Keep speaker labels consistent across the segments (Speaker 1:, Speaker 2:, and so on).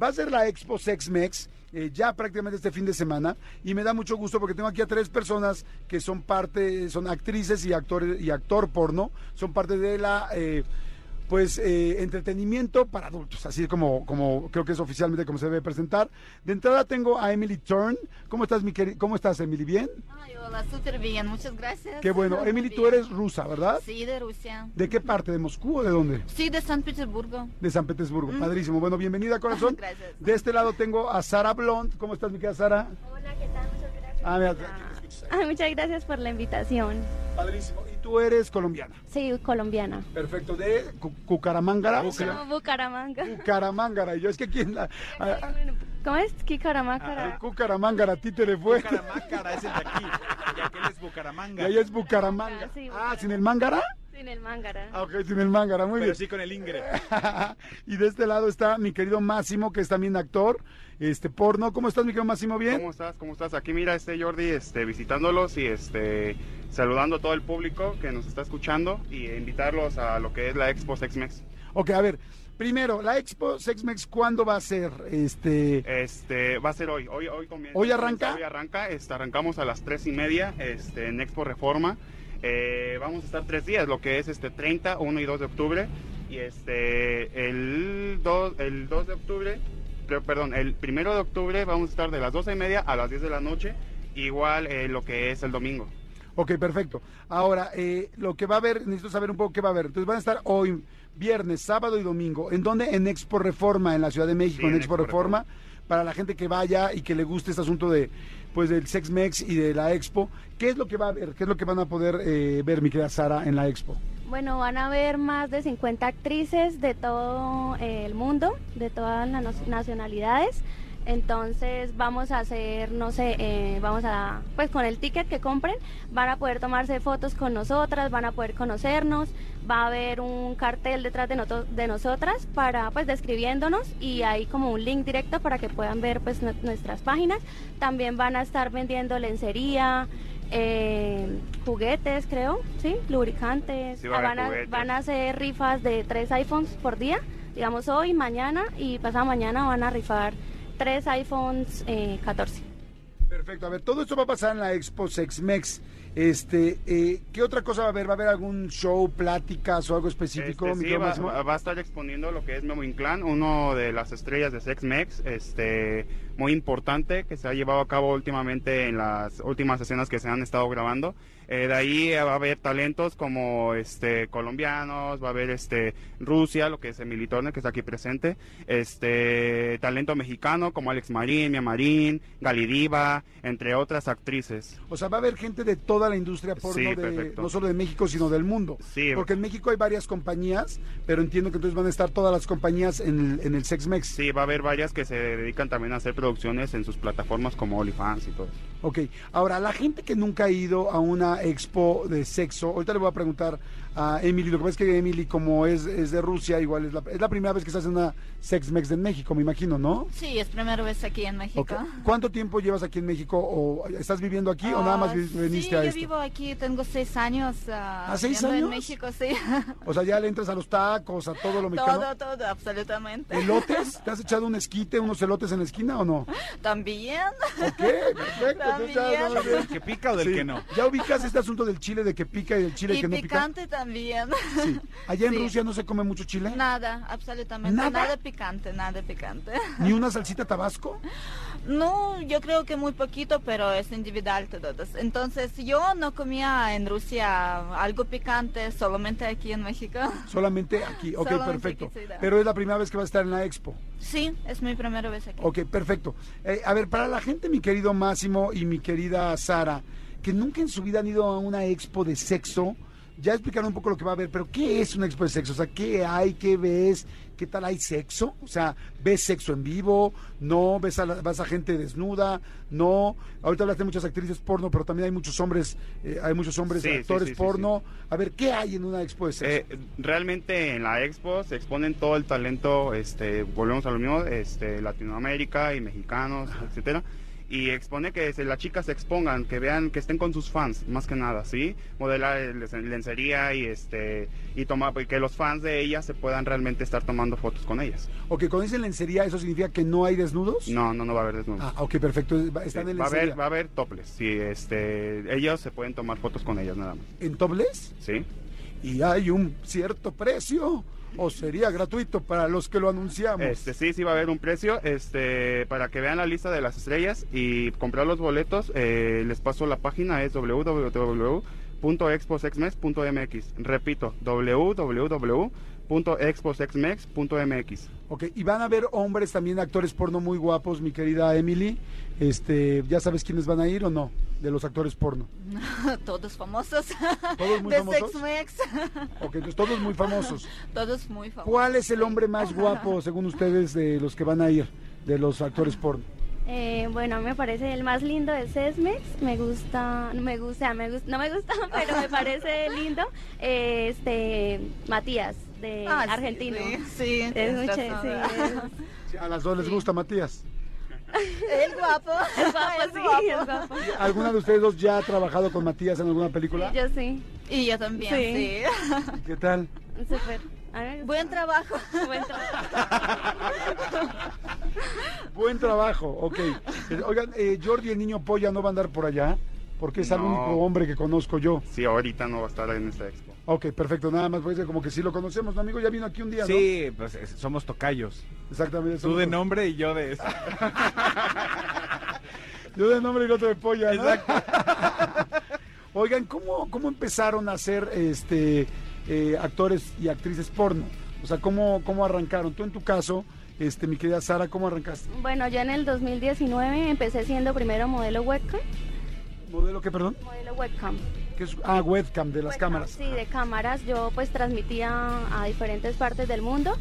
Speaker 1: va a ser la Expo Sexmex eh, ya prácticamente este fin de semana y me da mucho gusto porque tengo aquí a tres personas que son parte, son actrices y actores y actor porno, son parte de la eh, pues eh, entretenimiento para adultos, así como, como creo que es oficialmente como se debe presentar. De entrada tengo a Emily Turn. ¿Cómo estás, mi querida? ¿Cómo estás, Emily? ¿Bien?
Speaker 2: Ay, hola, súper bien, muchas gracias.
Speaker 1: Qué bueno.
Speaker 2: Muy
Speaker 1: Emily, tú
Speaker 2: bien.
Speaker 1: eres rusa, ¿verdad?
Speaker 2: Sí, de Rusia.
Speaker 1: ¿De qué parte? ¿De Moscú o de dónde?
Speaker 2: Sí, de San Petersburgo.
Speaker 1: De San Petersburgo. Padrísimo. Bueno, bienvenida, corazón.
Speaker 2: Gracias.
Speaker 1: De este lado tengo a Sara Blond. ¿Cómo estás, mi querida Sara?
Speaker 3: Hola, ¿qué tal? Muchas gracias.
Speaker 1: Ah, mira, aquí me escuchas.
Speaker 3: Ay, muchas gracias por la invitación.
Speaker 1: Padrísimo. Y tú eres colombiana.
Speaker 3: Soy colombiana.
Speaker 1: Perfecto. De Cu- Cucaramángara.
Speaker 3: Soy Bucaramanga.
Speaker 1: Cucaramángara. Y yo es que aquí en la. a-
Speaker 3: ¿Cómo es?
Speaker 1: a-
Speaker 3: Kikaramácara.
Speaker 1: Cucaramángara, a ti te le fue.
Speaker 4: Bucaramácara es el de aquí. Y aquel es
Speaker 1: Y
Speaker 4: Bucaramanga.
Speaker 1: ahí es Bucaramanga.
Speaker 3: Sí,
Speaker 1: Ah,
Speaker 3: Bucaramanga.
Speaker 1: sin el Mángara.
Speaker 3: Sin el Mángara.
Speaker 1: Ah, ok, sin el Mángara. Muy
Speaker 4: Pero
Speaker 1: bien.
Speaker 4: sí con el Ingre.
Speaker 1: y de este lado está mi querido Máximo, que es también actor. Este porno. ¿Cómo estás, mi querido Máximo?
Speaker 5: ¿Cómo
Speaker 1: Bien.
Speaker 5: estás? ¿Cómo estás? Aquí mira este Jordi este, visitándolos y este saludando a todo el público que nos está escuchando y invitarlos a lo que es la Expo Sexmex.
Speaker 1: Ok, a ver. Primero, la Expo Sexmex, ¿cuándo va a ser? Este.
Speaker 5: Este va a ser hoy, hoy, hoy comienza.
Speaker 1: ¿Hoy arranca?
Speaker 5: Hoy arranca, este, arrancamos a las tres y media este, en Expo Reforma. Eh, vamos a estar tres días, lo que es este 30, 1 y 2 de octubre. Y este el 2, el 2 de octubre, pero, perdón, el primero de octubre vamos a estar de las 12 y media a las 10 de la noche, igual eh, lo que es el domingo.
Speaker 1: Ok, perfecto. Ahora, eh, lo que va a haber, necesito saber un poco qué va a haber. Entonces van a estar hoy, viernes, sábado y domingo. ¿En dónde? En Expo Reforma, en la Ciudad de México,
Speaker 5: Sí,
Speaker 1: en
Speaker 5: en
Speaker 1: Expo,
Speaker 5: Expo
Speaker 1: Reforma. Para la gente que vaya y que le guste este asunto de, pues, del Sex Mex y de la Expo, ¿qué es lo que va a haber? ¿Qué es lo que van a poder eh, ver, mi querida Sara, en la Expo?
Speaker 3: Bueno, van a ver más de 50 actrices de todo eh, el mundo, de todas las no- nacionalidades. Entonces vamos a hacer, no sé, eh, vamos a, pues con el ticket que compren, van a poder tomarse fotos con nosotras, van a poder conocernos, va a haber un cartel detrás de, noto- de nosotras para, pues describiéndonos y hay como un link directo para que puedan ver pues nu- nuestras páginas. También van a estar vendiendo lencería, eh, juguetes, creo, sí, lubricantes.
Speaker 5: Sí, va a haber
Speaker 3: van, a,
Speaker 5: juguetes.
Speaker 3: van a hacer rifas de tres iPhones por día, digamos hoy, mañana y pasado mañana van a rifar tres iPhones eh, 14.
Speaker 1: Perfecto. A ver, todo esto va a pasar en la Expo Sex Mex. Este, eh, ¿Qué otra cosa va a haber? ¿Va a haber algún show, pláticas o algo específico,
Speaker 5: Este,
Speaker 1: mi
Speaker 5: sí,
Speaker 1: querido
Speaker 5: va,
Speaker 1: Máximo?
Speaker 5: va- va a estar exponiendo lo que es Memo Inclán, uno de las estrellas de Sex Mex, este, muy importante que se ha llevado a cabo últimamente en las últimas escenas que se han estado grabando. Eh, de ahí eh, va a haber talentos como este colombianos, va a haber este Rusia, lo que es Emily Turner, que está aquí presente, este talento mexicano como Alex Marín, Mia Marín, Galidiva, entre otras actrices.
Speaker 1: O sea, va a haber gente de toda la industria porno,
Speaker 5: Sí,
Speaker 1: de-
Speaker 5: perfecto.
Speaker 1: no solo de México, sino del mundo.
Speaker 5: Sí.
Speaker 1: Porque en México hay varias compañías, pero entiendo que entonces van a estar todas las compañías en el, en el Sex Mex.
Speaker 5: Sí, va a haber varias que se dedican también a hacer producciones en sus plataformas como OnlyFans y todo eso.
Speaker 1: Ok. Ahora, la gente que nunca ha ido a una expo de sexo, ahorita le voy a preguntar a Emily. Lo que pasa es que Emily, como es, es de Rusia, igual es la, es la primera vez que estás en una Sex Mex en México, me imagino, ¿no?
Speaker 2: Sí, es primera vez aquí en México.
Speaker 1: Ok. ¿Cuánto tiempo llevas aquí en México? ¿O estás viviendo aquí o nada más
Speaker 2: Ah,
Speaker 1: vi- viniste
Speaker 2: sí,
Speaker 1: a
Speaker 2: yo
Speaker 1: esto? ¿Ah,
Speaker 2: vivo aquí, tengo seis años. ¿A
Speaker 1: seis
Speaker 2: En
Speaker 1: años?
Speaker 2: México, sí.
Speaker 1: O sea, ya le entras a los tacos, a todo lo mexicano.
Speaker 2: todo, todo, absolutamente.
Speaker 1: ¿Elotes? ¿Te has echado un esquite, unos elotes en la esquina o no?
Speaker 2: También.
Speaker 1: ¿O qué? Perfecto. entonces ya, no
Speaker 4: ¿Del
Speaker 1: sé.
Speaker 4: que pica o del
Speaker 1: Sí,
Speaker 4: que no?
Speaker 1: Ya ubicas este asunto del chile de que pica y del chile
Speaker 2: y
Speaker 1: que no pica.
Speaker 2: picante también.
Speaker 1: Sí. Allá en
Speaker 2: Sí.
Speaker 1: Rusia no se come mucho chile.
Speaker 2: Nada, absolutamente.
Speaker 1: ¿Nada?
Speaker 2: picante, nada picante.
Speaker 1: Ni una salsita tabasco.
Speaker 2: No, yo creo que muy poquito, pero es individual todo. Entonces, yo no comía en Rusia algo picante, solamente aquí en México.
Speaker 1: Solamente aquí. Ok,
Speaker 2: Solamente
Speaker 1: perfecto.
Speaker 2: aquí se da.
Speaker 1: Pero es la primera vez que va a estar en la expo.
Speaker 2: Sí, es mi primera vez aquí.
Speaker 1: Ok, perfecto. Eh, a ver, para la gente, mi querido Máximo y mi querida Sara, que nunca en su vida han ido a una expo de sexo, Ya explicaron un poco lo que va a haber, pero ¿qué es una expo de sexo? O sea, ¿qué hay? ¿Qué ves? ¿Qué tal hay sexo? O sea, ¿ves sexo en vivo? ¿No? ¿Ves a, la- vas a gente desnuda? ¿No? Ahorita hablaste de muchas actrices porno, pero también hay muchos hombres, eh, hay muchos hombres
Speaker 5: Sí, sí,
Speaker 1: actores
Speaker 5: sí, sí,
Speaker 1: porno. A ver, ¿qué hay en una expo de sexo?
Speaker 5: Eh, realmente en la expo se exponen todo el talento, este, volvemos a lo mismo, este, Latinoamérica y mexicanos, etcétera. Y expone que se- las chicas se expongan, que vean, que estén con sus fans, más que nada, ¿sí? Modelar les- lencería y este y tomar, y que los fans de ellas se puedan realmente estar tomando fotos con ellas.
Speaker 1: o que cuando dicen lencería, ¿eso significa que no hay desnudos?
Speaker 5: No, no, no va a haber desnudos.
Speaker 1: Ah, ok, perfecto. va-
Speaker 5: Sí,
Speaker 1: Están en
Speaker 5: va, a
Speaker 1: lencería.
Speaker 5: haber, va a haber toples, sí, este, ellos se pueden tomar fotos con ellas nada más,
Speaker 1: ¿En topless?
Speaker 5: ¿sí?
Speaker 1: Y hay un cierto precio. O sería gratuito para los que lo anunciamos.
Speaker 5: Este, sí, sí va a haber un precio. Este, para que vean la lista de las estrellas y comprar los boletos, eh, les paso la página, es www.exposexmex.mx. Repito, www.exposexmex.mx.
Speaker 1: Ok, y van a ver hombres también, actores porno muy guapos, mi querida Emily. Este, ¿ya sabes quiénes van a ir o no? De los actores porno.
Speaker 2: Todos famosos.
Speaker 1: Todos muy
Speaker 2: de
Speaker 1: famosos.
Speaker 2: Sexmex.
Speaker 1: Ok, entonces todos muy famosos.
Speaker 2: Todos muy famosos.
Speaker 1: ¿Cuál es el hombre más guapo, según ustedes, de los que van a ir? De los actores porno.
Speaker 3: Eh, bueno, a mí me parece el más lindo de Sesmex. Me gusta, no me gusta, me gus- no me gusta, pero me parece lindo. eh, este Matías de
Speaker 2: Ah, sí,
Speaker 3: Argentino.
Speaker 2: Sí, sí,
Speaker 3: Es
Speaker 2: tienes
Speaker 3: muy ché-
Speaker 2: razón,
Speaker 3: sí,
Speaker 2: ¿verdad?
Speaker 3: es-
Speaker 1: Sí, A las dos les gusta Matías.
Speaker 2: El guapo.
Speaker 3: es guapo,
Speaker 2: el
Speaker 3: sí,
Speaker 2: guapo.
Speaker 3: es guapo.
Speaker 1: ¿Alguna de ustedes dos ya ha trabajado con Matías en alguna película?
Speaker 3: Yo sí,
Speaker 2: Y yo también, sí.
Speaker 3: Sí.
Speaker 1: ¿Qué tal?
Speaker 3: súper. A mí me gusta.
Speaker 2: Buen trabajo.
Speaker 3: Buen trabajo.
Speaker 1: Buen trabajo, ok. Eh, Oigan, eh, Jordi, el niño polla, no va a andar por allá, porque es el
Speaker 5: No.
Speaker 1: único hombre que conozco yo.
Speaker 5: Sí, ahorita no va a estar en esta expo.
Speaker 1: Ok, perfecto, nada más, pues como que sí lo conocemos, ¿no, amigo? Ya vino aquí un día, ¿no?
Speaker 4: Sí, pues es- somos tocayos.
Speaker 1: Exactamente.
Speaker 4: Tú de nombre y yo de...
Speaker 1: Yo de nombre y el otro de polla, ¿no?
Speaker 4: Exacto.
Speaker 1: Oigan, ¿cómo, ¿cómo empezaron a ser este, eh, actores y actrices porno? O sea, ¿cómo, ¿cómo arrancaron? Tú en tu caso, este, mi querida Sara, ¿cómo arrancaste?
Speaker 3: Bueno, yo en el 2019 empecé siendo primero modelo webcam.
Speaker 1: ¿Modelo qué, perdón?
Speaker 3: Modelo webcam.
Speaker 1: ¿Qué es? Ah, webcam, de las
Speaker 3: Pues,
Speaker 1: cámaras. Ah,
Speaker 3: Sí, de cámaras. Yo pues transmitía a diferentes partes del mundo.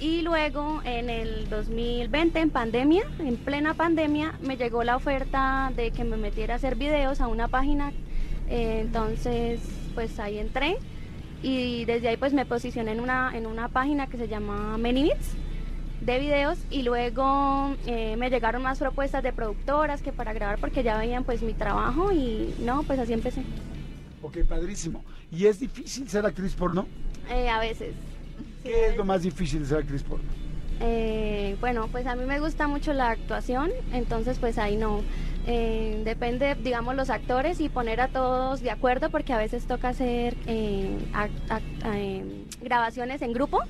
Speaker 3: Y luego en el 2020, en pandemia, en plena pandemia, me llegó la oferta de que me metiera a hacer videos a una página. Eh, entonces, pues ahí entré. Y desde ahí pues me posicioné en una, en una página que se llama Many Bits de videos y luego eh, me llegaron más propuestas de productoras que para grabar porque ya veían pues mi trabajo y no, pues así empecé.
Speaker 1: Ok, padrísimo. ¿Y es difícil ser actriz porno?
Speaker 3: Eh, a veces. Sí,
Speaker 1: ¿Qué
Speaker 3: a
Speaker 1: es lo
Speaker 3: veces.
Speaker 1: más difícil de ser actriz porno?
Speaker 3: Eh, bueno, pues a mí me gusta mucho la actuación, entonces pues ahí no. Eh, depende, digamos, los actores y poner a todos de acuerdo porque a veces toca hacer eh, ac- ac- eh, grabaciones en grupo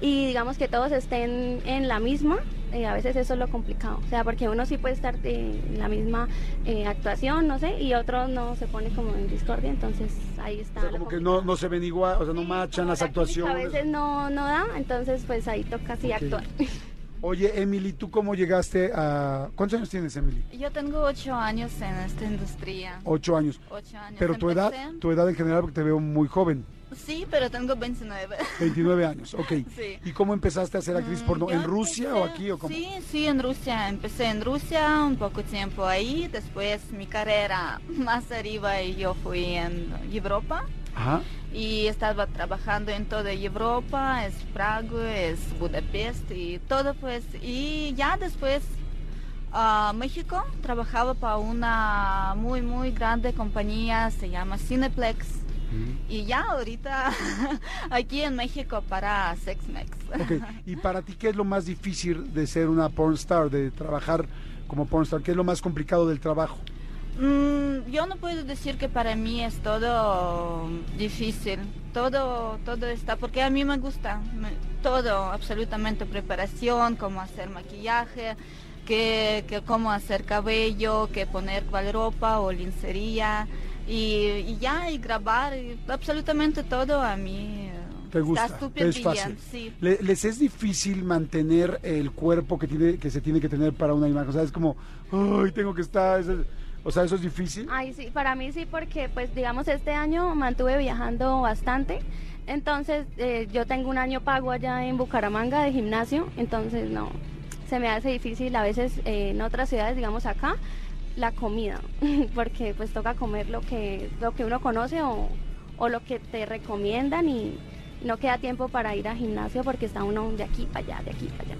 Speaker 3: y digamos que todos estén en la misma. eh, a veces eso es lo complicado, o sea, porque uno sí puede estar eh, en la misma eh, actuación, no sé, y otro no se pone como en discordia, entonces ahí
Speaker 1: O
Speaker 3: está.
Speaker 1: sea,
Speaker 3: lo
Speaker 1: como que
Speaker 3: complicado.
Speaker 1: no, no se ven igual, o sea, no
Speaker 3: Sí,
Speaker 1: machan
Speaker 3: como
Speaker 1: las
Speaker 3: la química
Speaker 1: actuaciones.
Speaker 3: A veces no, no da, entonces pues ahí toca así
Speaker 1: Ok.
Speaker 3: actuar.
Speaker 1: Oye, Emily, ¿tú cómo llegaste a...? ¿Cuántos años tienes, Emily?
Speaker 2: Yo tengo ocho años en esta industria.
Speaker 1: Ocho años.
Speaker 2: Ocho años.
Speaker 1: Pero tu edad,
Speaker 2: Empecé-
Speaker 1: tu edad en general, porque te veo muy joven,
Speaker 2: Sí, pero tengo 29.
Speaker 1: 29 años, ok.
Speaker 2: Sí.
Speaker 1: ¿Y cómo empezaste a ser actriz
Speaker 2: Mm,
Speaker 1: porno?
Speaker 2: yo
Speaker 1: ¿En Rusia o
Speaker 2: empecé-
Speaker 1: aquí o cómo?
Speaker 2: Sí, sí, en Rusia. Empecé en Rusia, un poco tiempo ahí. Después mi carrera más arriba y yo fui en Europa.
Speaker 1: Ajá.
Speaker 2: Y estaba trabajando en toda Europa, es Praga, es Budapest y todo pues. Y ya después a México trabajaba para una muy, muy grande compañía, se llama Cineplex. Y ya ahorita aquí en México para Sexmex.
Speaker 1: Ok. ¿Y para ti qué es lo más difícil de ser una pornstar, de trabajar como pornstar? ¿Qué es lo más complicado del trabajo?
Speaker 2: Mm, yo no puedo decir que para mí es todo difícil. Todo, todo está, porque a mí me gusta me- todo, absolutamente preparación, cómo hacer maquillaje, que, que cómo hacer cabello, que poner cuál ropa o lencería y, y ya, y grabar, y absolutamente todo a mí eh,
Speaker 1: Te gusta,
Speaker 2: está súper
Speaker 1: es
Speaker 2: bien,
Speaker 1: fácil.
Speaker 2: sí.
Speaker 1: Le- ¿Les es difícil mantener el cuerpo que, tiene, que se tiene que tener para una imagen? O sea, es como, ¡ay, tengo que estar! es- o O sea, eso es difícil.
Speaker 3: Ay, sí, para mí sí, porque pues digamos este año mantuve viajando bastante. Entonces eh, yo tengo un año pago allá en Bucaramanga de gimnasio, entonces no, se me hace difícil a veces eh, en otras ciudades, digamos acá, la comida, porque pues toca comer lo que, lo que uno conoce o, o lo que te recomiendan y no queda tiempo para ir al gimnasio porque está uno de aquí para allá, de aquí para allá.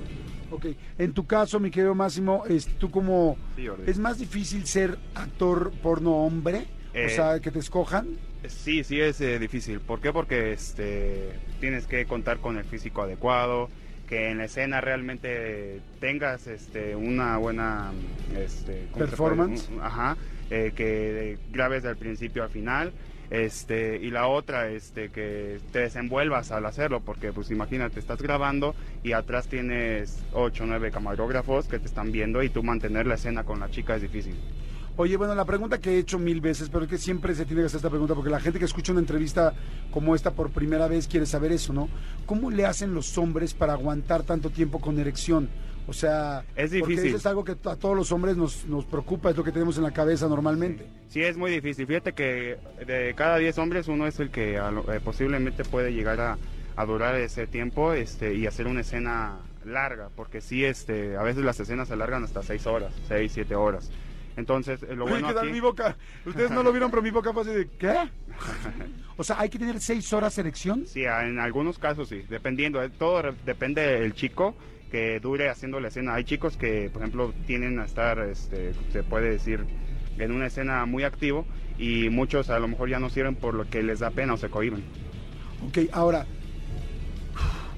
Speaker 1: Ok, en tu caso, mi querido Máximo, es, tú como...
Speaker 5: Sí, Jordi.
Speaker 1: ¿Es más difícil ser actor porno hombre? o
Speaker 5: Eh,
Speaker 1: sea, que te escojan.
Speaker 5: Sí, sí es eh, difícil. ¿Por qué? Porque este, tienes que contar con el físico adecuado, que en la escena realmente tengas este, una buena este, ¿cómo se puede?
Speaker 1: Performance.
Speaker 5: Un- Ajá, eh, que grabes del principio al final. Este, y la otra, este, que te desenvuelvas al hacerlo, porque pues imagínate, estás grabando y atrás tienes 8 o 9 camarógrafos que te están viendo y tú mantener la escena con la chica es difícil.
Speaker 1: Oye, bueno, la pregunta que he hecho mil veces, pero es que siempre se tiene que hacer esta pregunta, porque la gente que escucha una entrevista como esta por primera vez quiere saber eso, ¿no? ¿Cómo le hacen los hombres para aguantar tanto tiempo con erección? O sea,
Speaker 5: Es
Speaker 1: Porque
Speaker 5: difícil.
Speaker 1: eso es algo que a todos los hombres nos, nos preocupa, es lo que tenemos en la cabeza normalmente.
Speaker 5: Sí, es muy difícil. Fíjate que de cada 10 hombres, uno es el que a lo- eh, posiblemente puede llegar a, a durar ese tiempo este, y hacer una escena larga, porque sí, este, a veces las escenas se alargan hasta 6 horas, 6, 7 horas. Entonces, eh, lo
Speaker 1: Oye,
Speaker 5: bueno
Speaker 1: ¿qué tal mi
Speaker 5: aquí...
Speaker 1: boca? Ustedes no lo vieron, pero mi boca fue así de, ¿qué? O sea, ¿hay que tener seis horas erección?
Speaker 5: Sí, a- en algunos casos sí, dependiendo, eh, todo re- depende del chico que dure haciendo la escena. Hay chicos que, por ejemplo, tienen a estar, este, se puede decir, en una escena muy activo y muchos a lo mejor ya no sirven por lo que les da pena o se cohiben.
Speaker 1: Ok, ahora,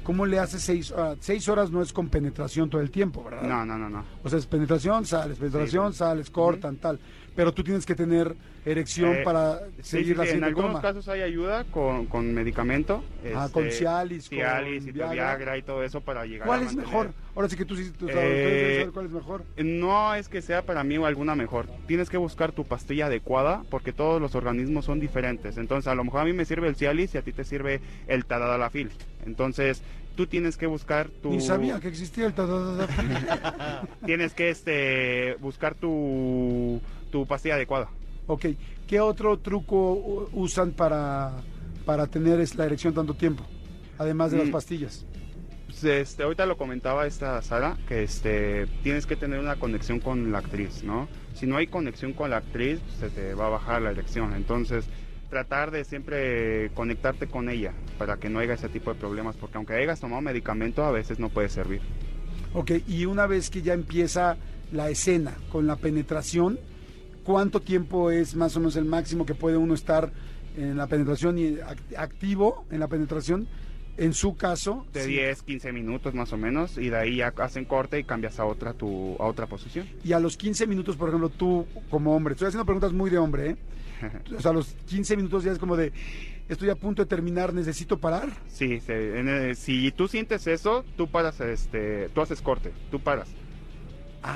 Speaker 1: ¿cómo le haces seis horas? Seis horas no es con penetración todo el tiempo, ¿verdad?
Speaker 5: No, no, no, no.
Speaker 1: O sea, es penetración, sales, penetración,
Speaker 5: Sí, sí.
Speaker 1: sales, cortan, tal. Pero tú tienes que tener erección
Speaker 5: Eh,
Speaker 1: para
Speaker 5: Sí,
Speaker 1: seguir
Speaker 5: sí, sí, en
Speaker 1: haciendo
Speaker 5: algunos
Speaker 1: toma.
Speaker 5: casos hay ayuda con, con medicamento. este,
Speaker 1: Ah, con Cialis, con
Speaker 5: Cialis, y
Speaker 1: Viagra.
Speaker 5: Viagra. y todo eso para llegar
Speaker 1: ¿Cuál
Speaker 5: a
Speaker 1: es
Speaker 5: mantener.
Speaker 1: mejor? Ahora sí que tú sí, tú
Speaker 5: Eh,
Speaker 1: sabes, tú debes saber cuál es mejor.
Speaker 5: No es que sea para mí alguna mejor. Tienes que buscar tu pastilla adecuada porque todos los organismos son diferentes. Entonces, a lo mejor a mí me sirve el Cialis y a ti te sirve el Tadalafil. Entonces, tú tienes que buscar tu...
Speaker 1: Ni sabía que existía el tadadadafil.
Speaker 5: Tienes que este, buscar tu, tu pastilla adecuada.
Speaker 1: Ok, ¿qué otro truco u- usan para, para tener es- la erección tanto tiempo? Además de las
Speaker 5: Mm.
Speaker 1: pastillas.
Speaker 5: Pues, este, ahorita lo comentaba esta Sara, que este, tienes que tener una conexión con la actriz, ¿no? Si no hay conexión con la actriz, pues, se te va a bajar la erección. Entonces, tratar de siempre conectarte con ella para que no haya ese tipo de problemas, porque aunque hayas tomado medicamento, a veces no puede servir.
Speaker 1: Ok, y una vez que ya empieza la escena con la penetración, ¿cuánto tiempo es más o menos el máximo que puede uno estar en la penetración y act- activo en la penetración? En su caso,
Speaker 5: De
Speaker 1: sí.
Speaker 5: 10, 15 minutos más o menos, y de ahí ya hacen corte y cambias a otra, tu, a otra posición.
Speaker 1: y a los 15 minutos, por ejemplo, tú como hombre, estoy haciendo preguntas muy de hombre, ¿eh? O sea, a los 15 minutos ya es como de, estoy a punto de terminar, necesito parar.
Speaker 5: Sí, se- en el- si tú sientes eso, tú paras, este, tú haces corte, tú paras.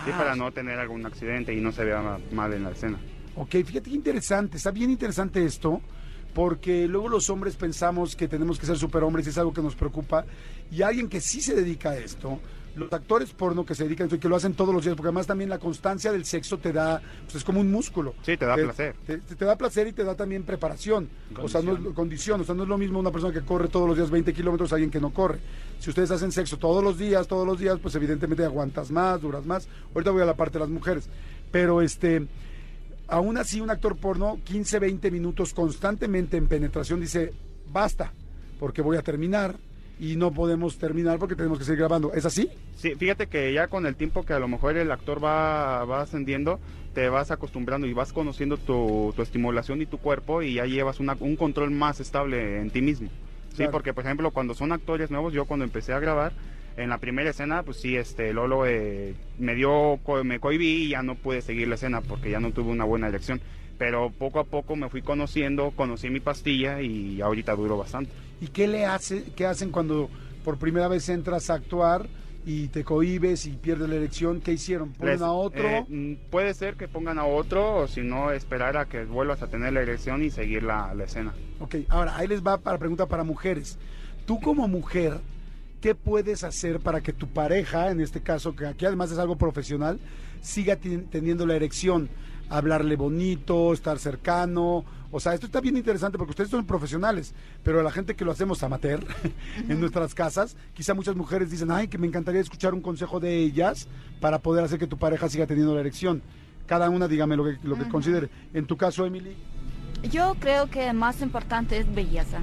Speaker 5: Sí,
Speaker 1: Ah,
Speaker 5: para no tener algún accidente y no se vea ma- mal en la escena.
Speaker 1: Ok, fíjate qué interesante, está bien interesante esto, porque luego los hombres pensamos que tenemos que ser superhombres y es algo que nos preocupa. Y alguien que sí se dedica a esto, los actores porno que se dedican a esto y que lo hacen todos los días, porque además también la constancia del sexo te da, pues es como un músculo.
Speaker 5: Sí, te da
Speaker 1: Te-
Speaker 5: placer.
Speaker 1: Te, te da placer y te da también preparación, o sea, no, es- condición, o sea, no es lo mismo una persona que corre todos los días 20 kilómetros a alguien que no corre. Si ustedes hacen sexo todos los días, todos los días, pues evidentemente aguantas más, duras más. Ahorita voy a la parte de las mujeres, pero este, aún así un actor porno 15, 20 minutos constantemente en penetración dice, basta, porque voy a terminar y no podemos terminar porque tenemos que seguir grabando. ¿Es así?
Speaker 5: Sí, fíjate que ya con el tiempo que a lo mejor el actor va, va ascendiendo, te vas acostumbrando y vas conociendo tu, tu estimulación y tu cuerpo y ya llevas una- un control más estable en ti mismo. Sí,
Speaker 1: Claro.
Speaker 5: porque por ejemplo cuando son actores nuevos, yo cuando empecé a grabar, en la primera escena, pues sí, este, Lolo eh, me dio, co- me cohibí y ya no pude seguir la escena porque ya no tuve una buena elección. Pero poco a poco me fui conociendo, conocí mi pastilla y ahorita duro bastante.
Speaker 1: ¿Y qué le hace, qué hacen cuando por primera vez entras a actuar y te cohibes y pierdes la elección? ¿Qué hicieron? ¿Ponen
Speaker 5: Les-
Speaker 1: a otro?
Speaker 5: eh, mm, puede ser que pongan a otro o si no esperar a que vuelvas a tener la erección y seguir la, la escena.
Speaker 1: Ok, ahora ahí les va para pregunta para mujeres. Tú como mujer, ¿Qué puedes hacer para que tu pareja, en este caso, que aquí además es algo profesional, siga ti- teniendo la erección? Hablarle bonito, estar cercano. O sea, esto está bien interesante porque ustedes son profesionales, pero la gente que lo hacemos amateur en nuestras casas, quizá muchas mujeres dicen, ay, que me encantaría escuchar un consejo de ellas para poder hacer que tu pareja siga teniendo la erección. Cada una, dígame lo que, lo que
Speaker 2: Ujú.
Speaker 1: considere. En tu caso, Emily,
Speaker 2: Yo creo que más importante es belleza.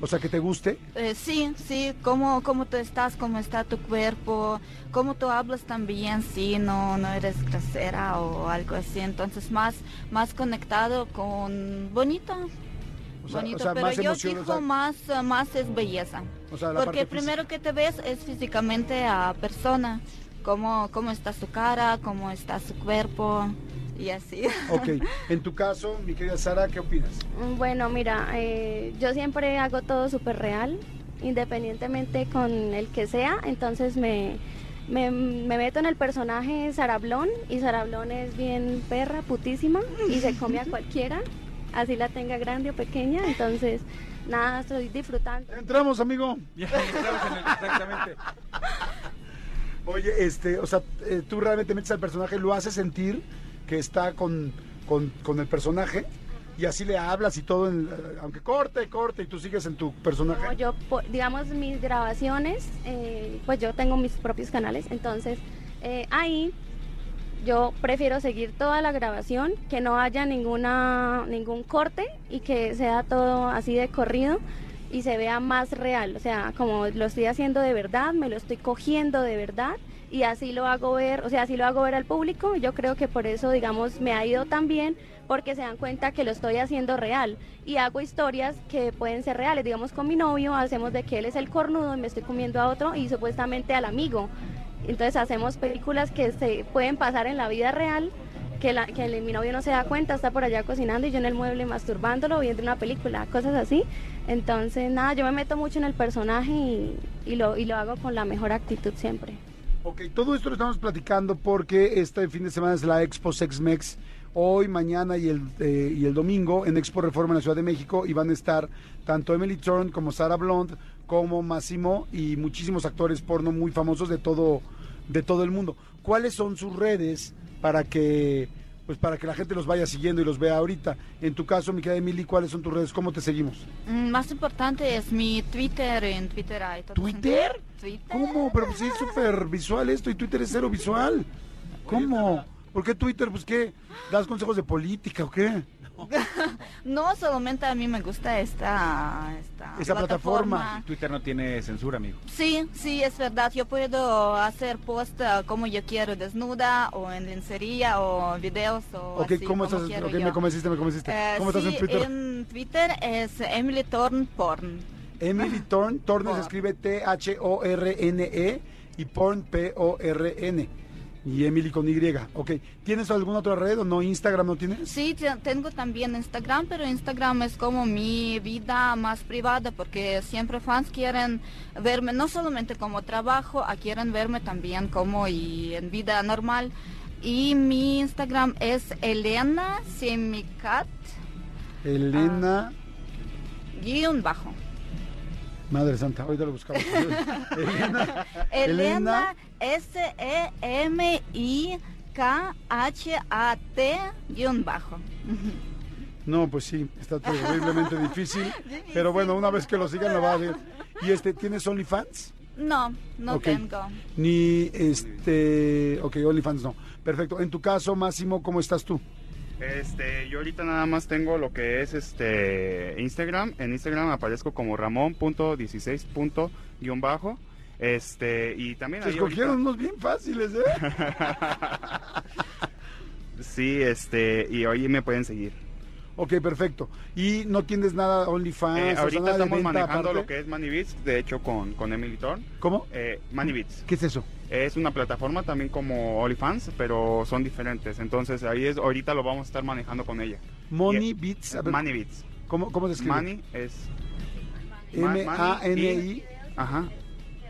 Speaker 1: o sea, que te guste.
Speaker 2: Eh, sí, sí, cómo, cómo tú estás, cómo está tu cuerpo, cómo tú hablas también, sí, no, no eres grosera o algo así. Entonces más, más conectado con bonito,
Speaker 1: O sea,
Speaker 2: bonito.
Speaker 1: o sea,
Speaker 2: Pero
Speaker 1: más
Speaker 2: yo
Speaker 1: emoción.
Speaker 2: fijo
Speaker 1: o sea,
Speaker 2: más, eh, más es belleza.
Speaker 1: o sea, la
Speaker 2: Porque
Speaker 1: parte física.
Speaker 2: primero que te ves es físicamente a persona, cómo, cómo está su cara, cómo está su cuerpo y así.
Speaker 1: Ok, en tu caso, mi querida Sara, ¿qué opinas?
Speaker 3: Mm, Bueno, mira, eh, yo siempre hago todo súper real, independientemente con el que sea, entonces me, me, me meto en el personaje Sarablón y Sarablón es bien perra, putísima y se come a cualquiera, así la tenga grande o pequeña, entonces nada, estoy disfrutando.
Speaker 1: Entramos, amigo.
Speaker 4: Ya, ya estamos en el- exactamente.
Speaker 1: Oye, este, o sea, eh, tú realmente metes al personaje, lo haces sentir que está con, con, con el personaje y así le hablas y todo, en- eh, aunque corte, corte, y tú sigues en tu personaje.
Speaker 3: No, yo, po- digamos, mis grabaciones, eh, pues yo tengo mis propios canales, entonces eh, ahí yo prefiero seguir toda la grabación, que no haya ninguna ningún corte y que sea todo así de corrido y se vea más real, o sea, como lo estoy haciendo de verdad, me lo estoy cogiendo de verdad y así lo hago ver, o sea, así lo hago ver al público, y yo creo que por eso, digamos, me ha ido tan bien porque se dan cuenta que lo estoy haciendo real y hago historias que pueden ser reales. Digamos, con mi novio hacemos de que él es el cornudo y me estoy comiendo a otro y supuestamente al amigo. Entonces hacemos películas que se pueden pasar en la vida real, que, la- que el- mi novio no se da cuenta, está por allá cocinando y yo en el mueble masturbándolo viendo una película, cosas así. Entonces, nada, yo me meto mucho en el personaje y, y lo, y lo hago con la mejor actitud siempre.
Speaker 1: Ok, todo esto lo estamos platicando porque este fin de semana es la Expo Sexmex. Hoy, mañana y el, eh, y el domingo en Expo Reforma en la Ciudad de México y van a estar tanto Emily Thorne como Sarah Blond como Massimo y muchísimos actores porno muy famosos de todo, de todo el mundo. ¿Cuáles son sus redes para que, pues para que la gente los vaya siguiendo y los vea ahorita? En tu caso, mi querida Emily, ¿cuáles son tus redes? ¿Cómo te seguimos?
Speaker 2: Mm, Más importante es mi Twitter, en Twitter hay todo.
Speaker 1: ¿Twitter?
Speaker 2: Twitter.
Speaker 1: ¿Cómo? Pero pues, sí es súper visual esto y Twitter es cero visual. ¿Cómo? ¿Por qué Twitter? Pues qué, ¿das consejos de política o qué?
Speaker 2: No, solamente a mí me gusta esta, esta,
Speaker 1: Esa plataforma.
Speaker 4: Twitter no tiene censura, amigo.
Speaker 2: Sí, sí, es verdad. Yo puedo hacer post eh, como yo quiero, desnuda o en lencería o videos o
Speaker 1: Ok,
Speaker 2: así
Speaker 1: ¿cómo
Speaker 2: como
Speaker 1: estás?
Speaker 2: Oh, quiero
Speaker 1: Ok,
Speaker 2: yo.
Speaker 1: me convenciste, me convenciste.
Speaker 2: Eh,
Speaker 1: ¿Cómo estás
Speaker 2: sí,
Speaker 1: en Twitter?
Speaker 2: en Twitter es Emily Thorne Porn.
Speaker 1: Emily Torn, Torn se
Speaker 2: Porn.
Speaker 1: escribe T-H-O-R-N-E E y Porn P-O-R-N. E. Y Emily con Y. Ok, ¿tienes alguna otra red o no? ¿Instagram no tienes?
Speaker 2: Sí, te- tengo también Instagram, pero Instagram es como mi vida más privada porque siempre fans quieren verme no solamente como trabajo, ah, quieren verme también como y en vida normal. Y mi Instagram es Elena Semicat Ah.
Speaker 1: Elena.
Speaker 2: guión bajo.
Speaker 1: Madre santa, ahorita lo buscamos. Elena.
Speaker 2: Elena S E M I K H A T guión bajo.
Speaker 1: No, pues sí, está terriblemente difícil. Pero bueno, una vez que lo sigan lo va a ver. ¿Y este tienes OnlyFans?
Speaker 2: No, no
Speaker 1: Ok.
Speaker 2: tengo.
Speaker 1: Ni este, ok, OnlyFans no. Perfecto. En tu caso, Máximo, ¿cómo estás tú?
Speaker 5: Este, yo ahorita nada más tengo lo que es este Instagram. En Instagram aparezco como Ramón.16.-bajo. Este, y también
Speaker 1: Se
Speaker 5: ahí ahorita-
Speaker 1: escogieron unos bien fáciles, ¿eh?
Speaker 5: Sí, este, y hoy me pueden seguir.
Speaker 1: Ok, perfecto. Y no tienes nada OnlyFans,
Speaker 5: Eh,
Speaker 1: o sea,
Speaker 5: ahorita
Speaker 1: nada de
Speaker 5: estamos
Speaker 1: venta
Speaker 5: manejando
Speaker 1: aparte?
Speaker 5: lo que es Money Beats, de hecho con, con Emily Thorne.
Speaker 1: ¿Cómo?
Speaker 5: Eh, Money Beats
Speaker 1: ¿Qué es eso?
Speaker 5: es una plataforma también como OnlyFans, pero son diferentes. Entonces ahí es, ahorita lo vamos a estar manejando con ella.
Speaker 1: Money
Speaker 5: Ye-
Speaker 1: Beats. a ver,
Speaker 5: Eh, Money Beats.
Speaker 1: ¿Cómo, ¿Cómo se escribe?
Speaker 5: Money es, Ma-
Speaker 1: M A N E I.
Speaker 5: ajá,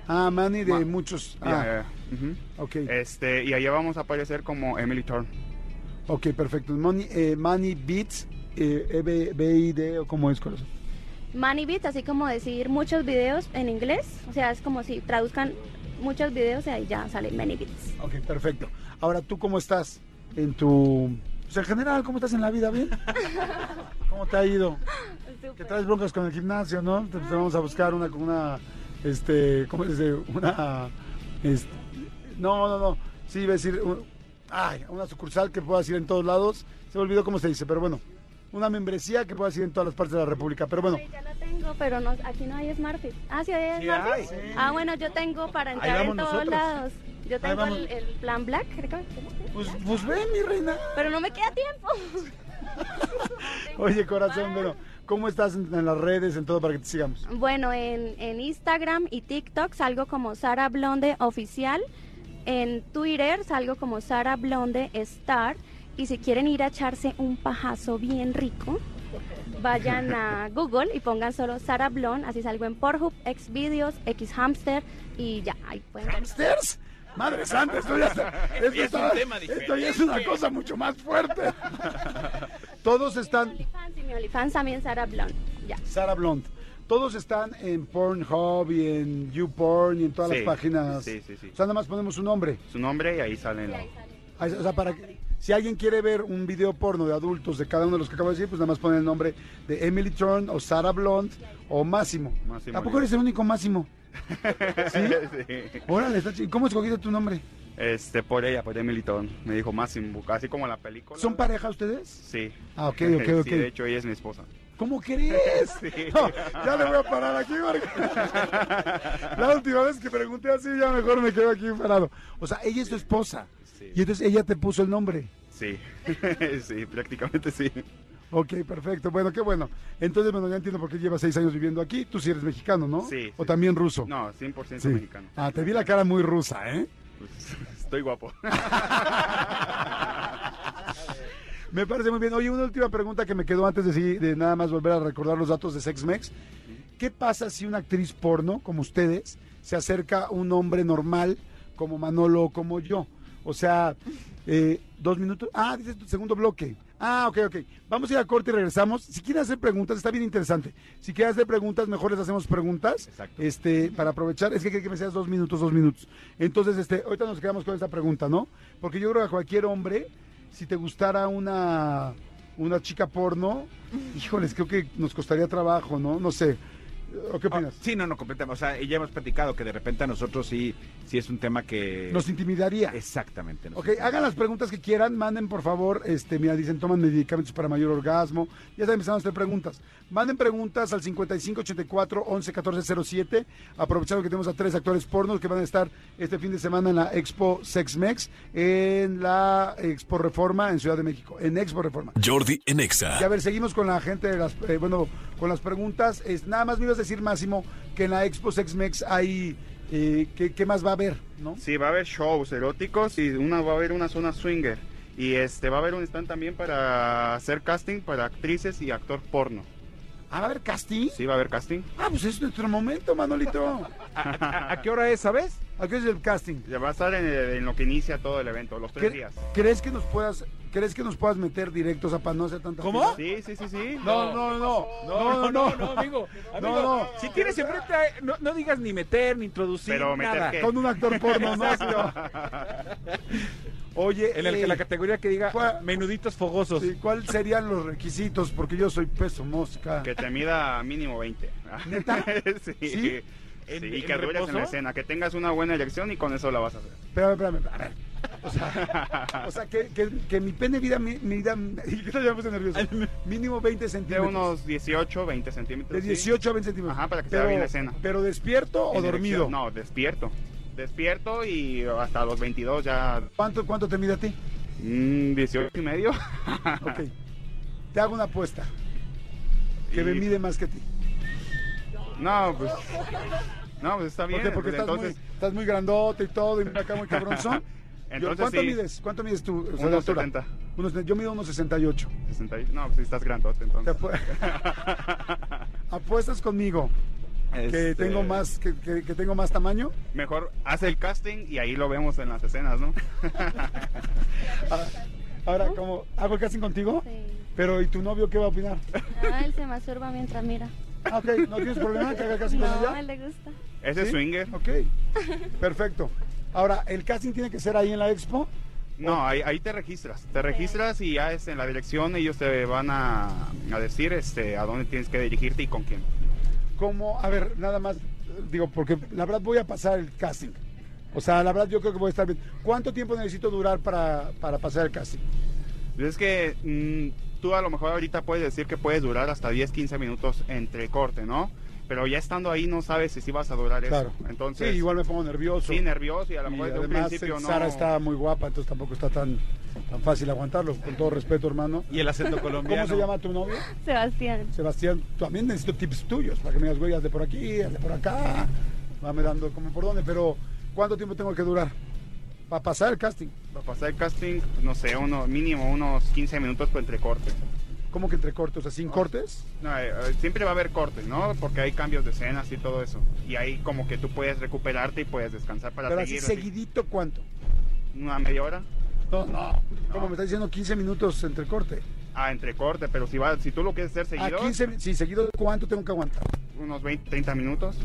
Speaker 1: Ah, Money de
Speaker 5: Ma-
Speaker 1: muchos.
Speaker 5: ya,
Speaker 1: Ah,
Speaker 5: ya, ya, ujú.
Speaker 1: ok.
Speaker 5: Este, y allá vamos a aparecer como Emily Thorne.
Speaker 1: Ok, perfecto. Money, eh, Money Beats, eh, E B I D o cómo es corazón.
Speaker 3: Many Beats, así como decir muchos videos en inglés. O sea, es como si traduzcan muchos videos y ahí ya sale Many Beats.
Speaker 1: Ok, perfecto. Ahora, ¿tú cómo estás en tu... O sea, en general, ¿cómo estás en la vida? ¿Bien? ¿Cómo te ha ido? Que traes broncas con el gimnasio, ¿no? Te, te vamos a buscar una, una, este, ¿cómo se dice? Una, este, no, no, no, sí, iba a decir, un- ay, una sucursal que puedas ir en todos lados, se me olvidó cómo se dice, pero bueno, una membresía que puedas ir en todas las partes de la República, pero bueno,
Speaker 3: Sí, ya la tengo, pero no, aquí no hay Smartfit. Ah, sí hay
Speaker 4: Sí
Speaker 3: Smartfit.
Speaker 4: hay. Sí.
Speaker 3: Ah, bueno, yo tengo para entrar en
Speaker 1: vamos
Speaker 3: todos
Speaker 1: nosotros.
Speaker 3: lados. Yo tengo
Speaker 1: vamos.
Speaker 3: el, el plan Black, creo que-
Speaker 1: pues, pues ven, mi reina.
Speaker 3: pero no me queda tiempo.
Speaker 1: Oye, corazón, pero, ¿cómo estás en, en las redes, en todo, para que te sigamos?
Speaker 3: Bueno, en, en Instagram y TikTok salgo como Sara Blonde Oficial. En Twitter salgo como Sara Blonde Star. Y si quieren ir a echarse un pajazo bien rico, vayan a Google y pongan solo Sara Blonde. Así salgo en Pornhub, Xvideos, Xhamster y ya, ahí pueden ver.
Speaker 1: ¿Hamsters? Madre santa, esto ya está- esto
Speaker 6: ya es un
Speaker 1: está-
Speaker 6: tema
Speaker 1: Esto ya es una cosa mucho más fuerte. Todos
Speaker 3: Mi
Speaker 1: están,
Speaker 3: OnlyFans y mi OnlyFans también Sara Blonde. Ya.
Speaker 1: Sara Blond, todos están en Pornhub y en YouPorn y en todas
Speaker 5: Sí,
Speaker 1: las páginas.
Speaker 5: sí, sí, sí.
Speaker 1: O sea, nada más ponemos un nombre. Ah,
Speaker 5: Su nombre y ahí salen.
Speaker 3: Ahí sale.
Speaker 1: O sea, para que- si alguien quiere ver un video porno de adultos de cada uno de los que acabo de decir, pues nada más ponen el nombre de Emily Tron o Sara Blond o Máximo.
Speaker 5: Máximo
Speaker 1: ¿Tampoco
Speaker 5: León.
Speaker 1: eres el único Máximo?
Speaker 5: Sí.
Speaker 1: Órale, está chido. ¿Cómo escogiste tu nombre?
Speaker 5: Este, por ella, por Emily Tone. Me dijo Máximo, así como la película.
Speaker 1: ¿Son pareja ustedes?
Speaker 5: Sí.
Speaker 1: Ah, ok, ok, ok.
Speaker 5: Sí, de hecho, ella es mi esposa.
Speaker 1: ¿Cómo crees? No, ya le voy a parar aquí porque la última vez que pregunté así ya mejor me quedo aquí parado. O sea, ella es tu esposa
Speaker 5: Sí.
Speaker 1: y entonces ella te puso el nombre.
Speaker 5: Sí. sí, prácticamente sí.
Speaker 1: Ok, perfecto. Bueno, qué bueno. Entonces, bueno, ya entiendo por qué llevas seis años viviendo aquí. Tú sí eres mexicano, ¿no?
Speaker 5: Sí,
Speaker 1: O
Speaker 5: sí.
Speaker 1: también ruso.
Speaker 5: No, 100%
Speaker 1: Oh. Sí.
Speaker 5: mexicano.
Speaker 1: Ah, te vi la cara muy rusa, ¿eh?
Speaker 5: Pues, estoy guapo.
Speaker 1: Me parece muy bien. Oye, una última pregunta que me quedó antes de, seguir- de nada más volver a recordar los datos de SexMex. ¿Qué pasa si una actriz porno, como ustedes, se acerca a un hombre normal, como Manolo o como yo? O sea, eh, dos minutos. Ah, dices tu segundo bloque. Ah, ok, ok. Vamos a ir a corte y regresamos. Si quieren hacer preguntas, está bien interesante. Si quieren hacer preguntas, mejor les hacemos preguntas.
Speaker 4: Exacto.
Speaker 1: Este, para aprovechar, es que hay que me seas dos minutos, dos minutos. Entonces, este, ahorita nos quedamos con esta pregunta, ¿no? Porque yo creo que a cualquier hombre, si te gustara una, una chica porno, híjoles, creo que nos costaría trabajo, ¿no? No sé. ¿O qué opinas?
Speaker 4: Ah, sí, no, no, completamente. O sea, ya hemos platicado que de repente a nosotros sí, sí es un tema que...
Speaker 1: Nos intimidaría.
Speaker 4: Exactamente. nos
Speaker 1: Ok, hagan las preguntas que quieran, manden por favor, este, mira, dicen, toman medicamentos para mayor orgasmo, ya están empezando a hacer preguntas. Manden preguntas al 5584 111407, aprovechando que tenemos a tres actores pornos que van a estar este fin de semana en la Expo Sexmex, en la Expo Reforma en Ciudad de México, en Expo Reforma.
Speaker 7: Jordi en
Speaker 1: Y a
Speaker 7: Exa.
Speaker 1: ver, seguimos con la gente, de las, eh, bueno, con las preguntas. Es, nada más me ibas a decir, Máximo, que en la Expo Sexmex hay, eh, ¿qué, qué más va a haber? ¿no?
Speaker 5: Sí, va a haber shows eróticos y una va a haber una zona swinger. Y este va a haber un stand también para hacer casting para actrices y actor porno.
Speaker 1: Ah, ¿Va a haber casting?
Speaker 5: Sí, va a haber casting.
Speaker 1: Ah, pues es nuestro momento, Manolito.
Speaker 4: ¿A, a qué hora es, sabes?
Speaker 1: Aquí es el casting.
Speaker 5: Ya Va a estar en, en lo que inicia todo el evento, los tres
Speaker 1: ¿Cre-
Speaker 5: días.
Speaker 1: ¿Crees que nos puedas, crees que nos puedas meter directos a para no hacer tanta
Speaker 6: ¿Cómo?
Speaker 1: fila?
Speaker 5: Sí, sí, sí, sí.
Speaker 1: No, no, no, no, no, no,
Speaker 6: amigo.
Speaker 1: no, no.
Speaker 4: Si tienes enfrente, a- no, no digas ni meter, ni introducir,
Speaker 5: Pero meter
Speaker 4: nada.
Speaker 5: qué.
Speaker 1: Con un actor porno, no, Oye,
Speaker 4: En el que
Speaker 1: eh,
Speaker 4: la categoría que diga
Speaker 1: Fuera.
Speaker 4: menuditos fogosos.
Speaker 1: sí, ¿cuál serían los requisitos? Porque yo soy peso mosca.
Speaker 5: Que te mida mínimo 20.
Speaker 1: ¿Neta?
Speaker 5: sí.
Speaker 1: ¿Sí?
Speaker 5: Sí,
Speaker 4: ¿En-
Speaker 5: y
Speaker 4: en
Speaker 5: que dures en
Speaker 4: reposo?
Speaker 5: la escena, que tengas una buena elección y con eso la vas a hacer.
Speaker 1: Espérame, espérame, a ver. O sea, o sea, que, que, que mi pene vida, mi, vida, yo ya me puse nervioso. Mínimo 20
Speaker 5: De
Speaker 1: centímetros.
Speaker 5: unos 18, 20 centímetros.
Speaker 1: De
Speaker 5: sí.
Speaker 1: 18 a 20 centímetros.
Speaker 5: Ajá, para que se vea bien la escena.
Speaker 1: ¿Pero despierto o
Speaker 5: En
Speaker 1: dormido?
Speaker 5: erección. No, despierto. Despierto y hasta los 22 ya.
Speaker 1: ¿Cuánto, ¿Cuánto te mide a ti?
Speaker 5: mm, 18 y medio.
Speaker 1: Ok. Te hago una apuesta. Que me
Speaker 5: Y-
Speaker 1: mide más que ti.
Speaker 5: No, pues. No, pues está bien.
Speaker 1: ¿Por qué? Porque
Speaker 5: pues,
Speaker 1: estás,
Speaker 5: entonces,
Speaker 1: muy, estás muy grandote y todo, y acá muy cabronzón. Yo-
Speaker 5: Entonces,
Speaker 1: ¿Cuánto
Speaker 5: sí.
Speaker 1: mides? ¿Cuánto mides tú? O de
Speaker 5: Unos
Speaker 1: altura.
Speaker 5: 70.
Speaker 1: Unos- yo mido unos 68.
Speaker 5: 68. No, pues sí estás grandote
Speaker 1: Te
Speaker 5: entonces.
Speaker 1: apu- apuestas conmigo que
Speaker 5: Este,
Speaker 1: tengo más que, que- que tengo más tamaño.
Speaker 5: Mejor hace el casting y ahí lo vemos en las escenas, ¿no?
Speaker 1: Ahora- Ahora, como hago el casting contigo,
Speaker 3: Sí.
Speaker 1: pero ¿y tu novio qué va a opinar?
Speaker 3: Ah, él se masturba mientras mira.
Speaker 1: Ah, Ok, ¿no tienes problema que haga casting con
Speaker 3: No, a
Speaker 1: ella?
Speaker 3: él le gusta.
Speaker 5: Ese
Speaker 1: ¿Sí?
Speaker 5: swinger.
Speaker 1: Ok, perfecto. Ahora, ¿el casting tiene que ser ahí en la expo?
Speaker 5: No, ahí, ahí te registras. Te registras y ya es en la dirección ellos te van a, a decir este, a dónde tienes que dirigirte y con quién.
Speaker 1: Como, a ver, nada más, eh, digo, porque la verdad voy a pasar el casting. O sea, la verdad yo creo que voy a estar bien. ¿Cuánto tiempo necesito durar para, para pasar el casting?
Speaker 5: Pues Es que mm, tú a lo mejor ahorita puedes decir que puedes durar hasta 10, 15 minutos entre corte, ¿no? Pero ya estando ahí no sabes si sí vas a durar
Speaker 1: Claro.
Speaker 5: eso. Entonces,
Speaker 1: sí, igual me pongo nervioso.
Speaker 5: sí, nervioso y a lo
Speaker 1: Y
Speaker 5: mejor desde un
Speaker 1: además,
Speaker 5: principio
Speaker 1: eh,
Speaker 5: no.
Speaker 1: Sara está muy guapa, entonces tampoco está tan, tan fácil aguantarlo. Con todo respeto, hermano.
Speaker 4: Y el acento colombiano.
Speaker 1: ¿Cómo se llama tu novio?
Speaker 3: Sebastián.
Speaker 1: Sebastián, también necesito tips tuyos para que me digas, güey, haz de por aquí, haz de por acá. Vame dando como por dónde, pero ¿cuánto tiempo tengo que durar? Para pasar el casting.
Speaker 5: Para pasar el casting, no sé, uno, mínimo unos 15 minutos pues, entre corte.
Speaker 1: ¿Cómo que entre cortes? O sea, sin cortes.
Speaker 5: No, eh, eh, siempre va a haber cortes, ¿no? Porque hay cambios de escenas y todo eso. Y ahí como que tú puedes recuperarte y puedes descansar para
Speaker 1: Pero así
Speaker 5: seguir.
Speaker 1: seguidito, ¿cuánto?
Speaker 5: Una media hora.
Speaker 1: No, no. Como me está diciendo 15 minutos entre corte.
Speaker 5: Ah, entre corte, pero si va, si tú lo quieres hacer
Speaker 1: A
Speaker 5: seguido,
Speaker 1: 15, mi- sí, seguido, ¿cuánto tengo que aguantar?
Speaker 5: unos 20, 30 minutos.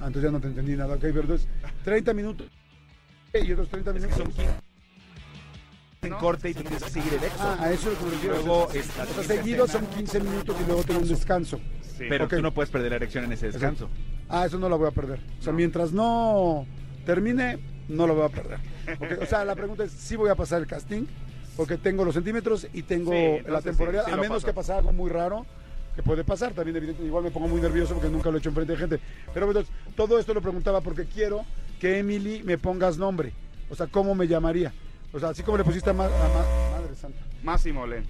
Speaker 1: Ah, entonces ya no te entendí nada. Ok, pero entonces, 30 minutos. Eh, Y otros 30 minutos.
Speaker 4: En corte y tú tienes que seguir el exo.
Speaker 1: Ah, a eso es lo que me refiero.
Speaker 4: Luego
Speaker 1: O sea,
Speaker 4: está-
Speaker 1: o sea, seguido son 15 minutos y luego tengo un descanso.
Speaker 5: Sí.
Speaker 4: Pero
Speaker 1: ok.
Speaker 4: tú no puedes perder la erección en ese descanso.
Speaker 1: Ah, eso no la voy a perder. O sea,
Speaker 5: No.
Speaker 1: mientras no termine, no la voy a perder. Ok, O sea, la pregunta es, ¿sí voy a pasar el casting? Porque tengo los centímetros y tengo
Speaker 5: Sí, entonces
Speaker 1: la
Speaker 5: sí,
Speaker 1: temporalidad,
Speaker 5: sí
Speaker 1: a
Speaker 5: lo
Speaker 1: menos
Speaker 5: pasas.
Speaker 1: que pasara algo muy raro, que puede pasar también, evidente, igual me pongo muy nervioso porque nunca lo he hecho enfrente de gente. Pero entonces, todo esto lo preguntaba porque quiero que Emily me pongas nombre. O sea, ¿cómo me llamaría? O sea, así como le pusiste a, Ma- a Ma- Madre Santa.
Speaker 5: Máximo, Len.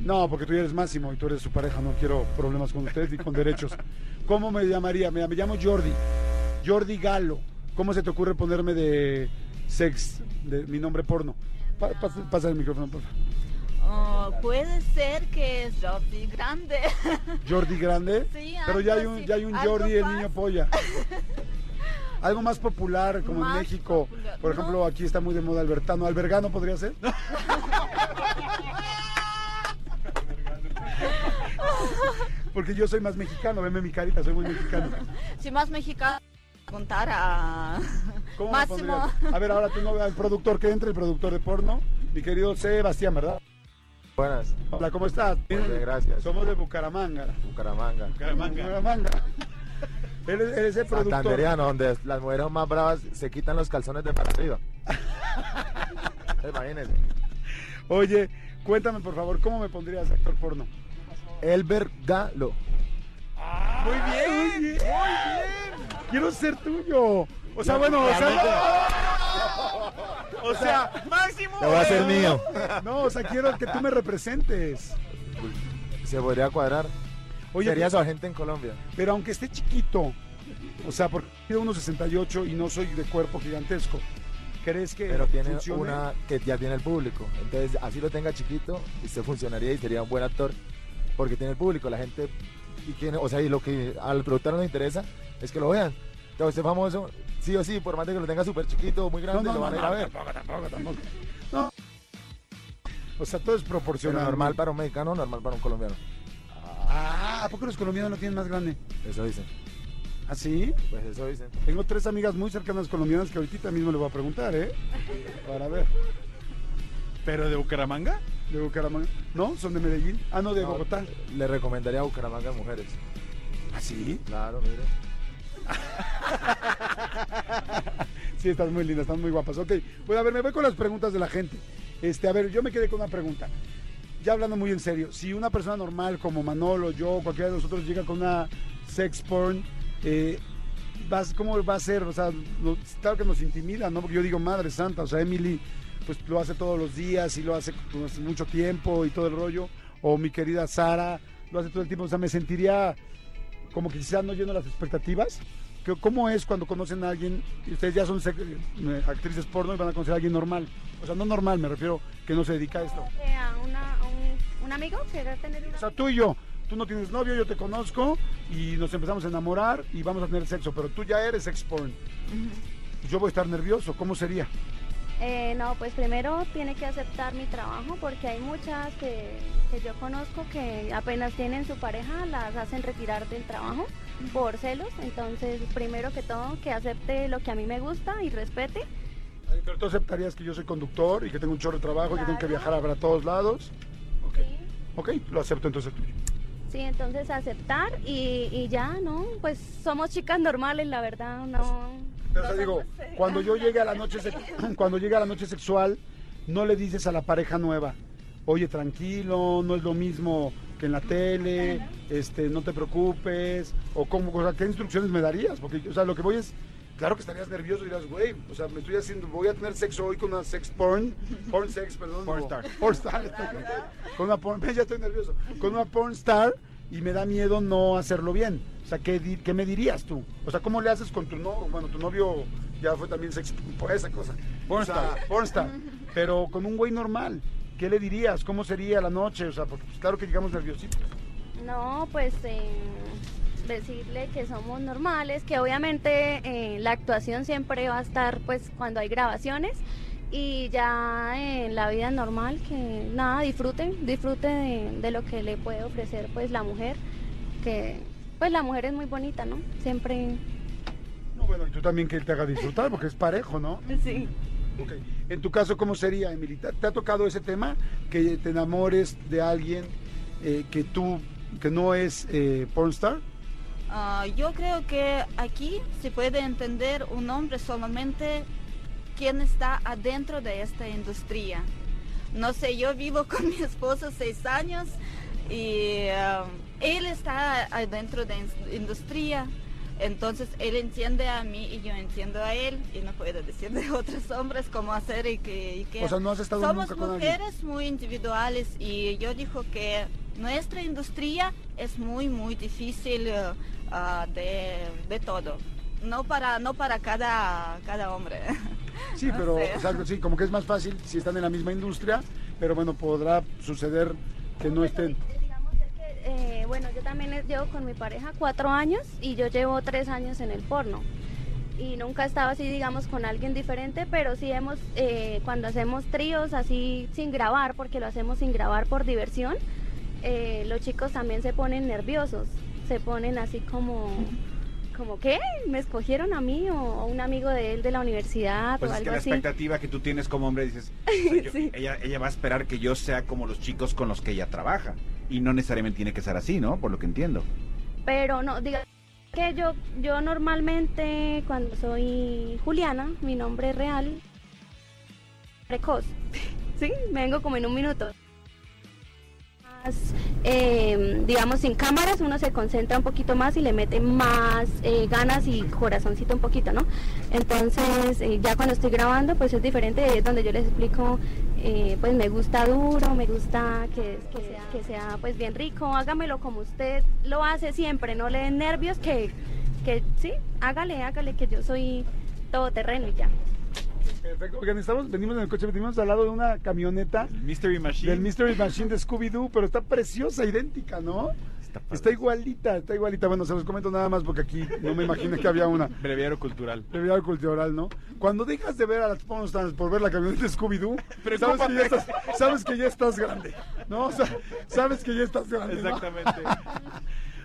Speaker 1: No, porque tú ya eres Máximo y tú eres su pareja, no quiero problemas con ustedes ni con derechos. ¿Cómo me llamaría? Mira, me llamo Jordi. Jordi Galo. ¿Cómo se te ocurre ponerme de sex, de mi nombre porno? Pa- pasa, pasa el micrófono, por favor.
Speaker 2: Oh, puede ser que es Jordi Grande.
Speaker 1: Jordi Grande.
Speaker 2: Sí,
Speaker 1: pero ya
Speaker 2: algo
Speaker 1: hay un,
Speaker 2: así.
Speaker 1: ya hay un
Speaker 2: Algo
Speaker 1: Jordi, el
Speaker 2: más.
Speaker 1: niño polla. Algo más popular, como en
Speaker 2: Más
Speaker 1: México.
Speaker 2: popular.
Speaker 1: Por ejemplo,
Speaker 2: No.
Speaker 1: aquí está muy de moda Albertano. ¿Albergano podría ser? Porque yo soy más mexicano, veme mi carita, soy muy mexicano.
Speaker 2: Si más mexicano contar a
Speaker 1: ¿Cómo me
Speaker 2: Máximo.
Speaker 1: pondrías? A ver, ahora tú no veas al productor que entre, el productor de porno, mi querido Sebastián, ¿verdad?
Speaker 6: Buenas,
Speaker 1: Hola, ¿cómo estás?
Speaker 6: Muy bien, gracias.
Speaker 1: Somos de Bucaramanga.
Speaker 6: Bucaramanga.
Speaker 1: Bucaramanga. Él es, él es el productor.
Speaker 6: Santanderiano, donde las mujeres son más bravas se quitan los calzones de partido. Imagínense.
Speaker 1: Oye, cuéntame por favor, ¿cómo me pondrías actor porno?
Speaker 6: Elber Galo.
Speaker 1: Muy bien, Ah, muy bien. Quiero ser tuyo. O sea, bueno, o sea,
Speaker 4: O sea, máximo.
Speaker 6: Te voy a hacer mío.
Speaker 1: no, o sea, quiero que tú me representes.
Speaker 6: Se podría cuadrar.
Speaker 1: Oye,
Speaker 6: Sería su agente en Colombia.
Speaker 1: pero aunque esté chiquito, o sea, porque mido 1.68 y no soy de cuerpo gigantesco, ¿crees que
Speaker 6: Pero tiene
Speaker 1: funcione?
Speaker 6: una que ya tiene el público. Entonces, así lo tenga chiquito, se funcionaría y sería un buen actor. Porque tiene el público, la gente. Y tiene, o sea, y lo que al productor no le interesa es que lo vean. Entonces, usted famoso, sí o sí, por más de que lo tenga súper chiquito o muy
Speaker 1: No,
Speaker 6: grande,
Speaker 1: no,
Speaker 6: lo
Speaker 1: no,
Speaker 6: van a ir a
Speaker 1: no,
Speaker 6: ver.
Speaker 1: tampoco, tampoco, tampoco. No. O sea, todo es
Speaker 6: Pero
Speaker 1: proporcional.
Speaker 6: normal para un mexicano, normal para un colombiano.
Speaker 1: Ah, ¿a poco los colombianos no tienen más grande?
Speaker 6: Eso dicen.
Speaker 1: ¿Ah, sí?
Speaker 6: Pues eso dicen.
Speaker 1: Tengo tres amigas muy cercanas colombianas que ahorita mismo le voy a preguntar, ¿eh? Para ver.
Speaker 4: ¿Pero de Bucaramanga?
Speaker 1: De Bucaramanga. No, son de Medellín. Ah, no, de
Speaker 6: No,
Speaker 1: Bogotá.
Speaker 6: Le recomendaría a Bucaramanga mujeres.
Speaker 1: ¿Ah, sí?
Speaker 6: Claro, mire.
Speaker 1: Sí, están muy lindas, están muy guapas. Ok, pues a ver, me voy con las preguntas de la gente. Este, a ver, yo me quedé con una pregunta. Ya hablando muy en serio, si una persona normal como Manolo, yo, cualquiera de nosotros llega con una sex porn, eh, vas- ¿cómo va a ser? O sea, no- claro que nos intimida, ¿no? Porque yo digo, madre santa, o sea, Emily, pues lo hace todos los días y lo hace con- hace mucho tiempo y todo el rollo. O mi querida Sara, lo hace todo el tiempo. O sea, me sentiría como que quizás no lleno las expectativas. ¿Qué- ¿Cómo es cuando conocen a alguien? y Ustedes ya son sec- eh, actrices porno y van a conocer a alguien normal. O sea, no normal, me refiero que no se dedica a esto.
Speaker 3: Eh, a una- a un, un amigo que debe tener un
Speaker 1: O sea,
Speaker 3: amigo.
Speaker 1: tú y yo, tú no tienes novio, yo te conozco y nos empezamos a enamorar y vamos a tener sexo, pero tú ya eres ex porn. Yo voy a estar nervioso, ¿cómo sería?
Speaker 3: Eh, no, pues primero tiene que aceptar mi trabajo porque hay muchas que, que yo conozco que apenas tienen su pareja, las hacen retirar del trabajo por celos. Entonces, primero que todo, que acepte lo que a mí me gusta y respete.
Speaker 1: Ay, Pero tú aceptarías que yo soy conductor y que tengo un chorro de trabajo y que tengo que
Speaker 3: Claro.
Speaker 1: viajar para todos lados. Ok,
Speaker 3: Sí,
Speaker 1: ok, lo acepto entonces tuyo.
Speaker 3: sí entonces aceptar y, y ya, ¿no? Pues somos chicas normales, la verdad, no.
Speaker 1: Pero te digo, cuando yo llegue a la noche sex- cuando llegue a la noche sexual, no le dices a la pareja nueva, oye tranquilo, no es lo mismo que en la tele, este, no te preocupes, o cómo, o sea, qué instrucciones me darías, porque o sea, lo que voy es, claro que estarías nervioso y dirás, güey, o sea, me estoy haciendo, voy a tener sexo hoy con una sex porn, porn sex, perdón,
Speaker 4: Porn
Speaker 1: o-
Speaker 4: star.
Speaker 1: porn star, con una porn, ya estoy nervioso, con una porn star y me da miedo no hacerlo bien. O sea, ¿qué, di- qué me dirías tú? O sea, ¿cómo le haces con tu novio? Bueno, tu novio ya fue también sex por esa cosa.
Speaker 4: Pornstar.
Speaker 1: O sea, pornstar. Pero con un güey normal, ¿qué le dirías? ¿Cómo sería la noche? O sea, porque pues, claro que llegamos nerviositos.
Speaker 3: No, pues eh, decirle que somos normales, que obviamente eh, la actuación siempre va a estar pues cuando hay grabaciones y ya en la vida normal que nada, disfruten, disfruten de, de lo que le puede ofrecer pues la mujer, que pues la mujer es muy bonita, ¿no? Siempre...
Speaker 1: No, bueno, y tú también que él te haga disfrutar, porque es parejo, ¿no?
Speaker 3: Sí.
Speaker 1: Ok. En tu caso, ¿cómo sería, Emily? ¿Te, te ha tocado ese tema? Que te enamores de alguien eh, que tú, que no es eh, pornstar.
Speaker 2: Ah, yo creo que aquí se puede entender un hombre solamente quien está adentro de esta industria. No sé, yo vivo con mi esposo seis años y ah, él está adentro de la industria. Entonces él entiende a mí y yo entiendo a él y no puedo decir de otros hombres cómo hacer y que... y que-
Speaker 1: O sea, no has estado
Speaker 2: somos
Speaker 1: nunca con alguien.
Speaker 2: mujeres muy individuales y yo digo que nuestra industria es muy, muy difícil eh, ah, de, de todo. No para, no para cada, cada hombre.
Speaker 1: Sí,
Speaker 2: No
Speaker 1: pero
Speaker 2: sé.
Speaker 1: exacto, sí, como que es más fácil si están en la misma industria, pero bueno, podrá suceder que no estén.
Speaker 3: Digamos, es que, eh, bueno, yo también es- llevo con mi pareja cuatro años y yo llevo tres años en el porno. Y nunca he estado así, digamos, con alguien diferente, pero sí hemos, eh, cuando hacemos tríos así sin grabar, porque lo hacemos sin grabar por diversión, eh, los chicos también se ponen nerviosos, se ponen así como... Como que me escogieron a mí o, o un amigo de él de la universidad
Speaker 4: Pues
Speaker 3: o
Speaker 4: es que
Speaker 3: algo
Speaker 4: la
Speaker 3: así.
Speaker 4: expectativa que tú tienes como hombre dices, o sea, yo-
Speaker 3: Sí.
Speaker 4: ella, ella va a esperar que yo sea como los chicos con los que ella trabaja. Y no necesariamente tiene que ser así, ¿no? Por lo que entiendo.
Speaker 3: Pero no, diga que yo, yo normalmente cuando soy Juliana, mi nombre real, precoz, ¿sí? Me vengo como en un minuto. Más, eh, digamos, sin cámaras uno se concentra un poquito más y le mete más eh, ganas y corazoncito un poquito, ¿no? Entonces, eh, ya cuando estoy grabando, pues es diferente, es donde yo les explico, eh, pues me gusta duro, me gusta que, que sea, que sea pues bien rico, hágamelo como usted lo hace siempre, no le den nervios, que, que sí, hágale, hágale, que yo soy todoterreno y ya.
Speaker 1: Perfecto. Oigan, estamos, venimos en el coche, venimos al lado de una camioneta
Speaker 4: Mystery Machine.
Speaker 1: del Mystery Machine de Scooby-Doo, pero está preciosa, idéntica, ¿no?
Speaker 4: Está,
Speaker 1: Está igualita, está igualita. Bueno, se los comento nada más porque aquí no me imaginé que había una.
Speaker 4: Breviario cultural.
Speaker 1: Prioridad cultural, ¿no? Cuando dejas de ver a las pornstars por ver la camioneta de Scooby-Doo, sabes que, ya estás, sabes que ya estás grande, ¿no? O sea, sabes que ya estás grande. ¿no?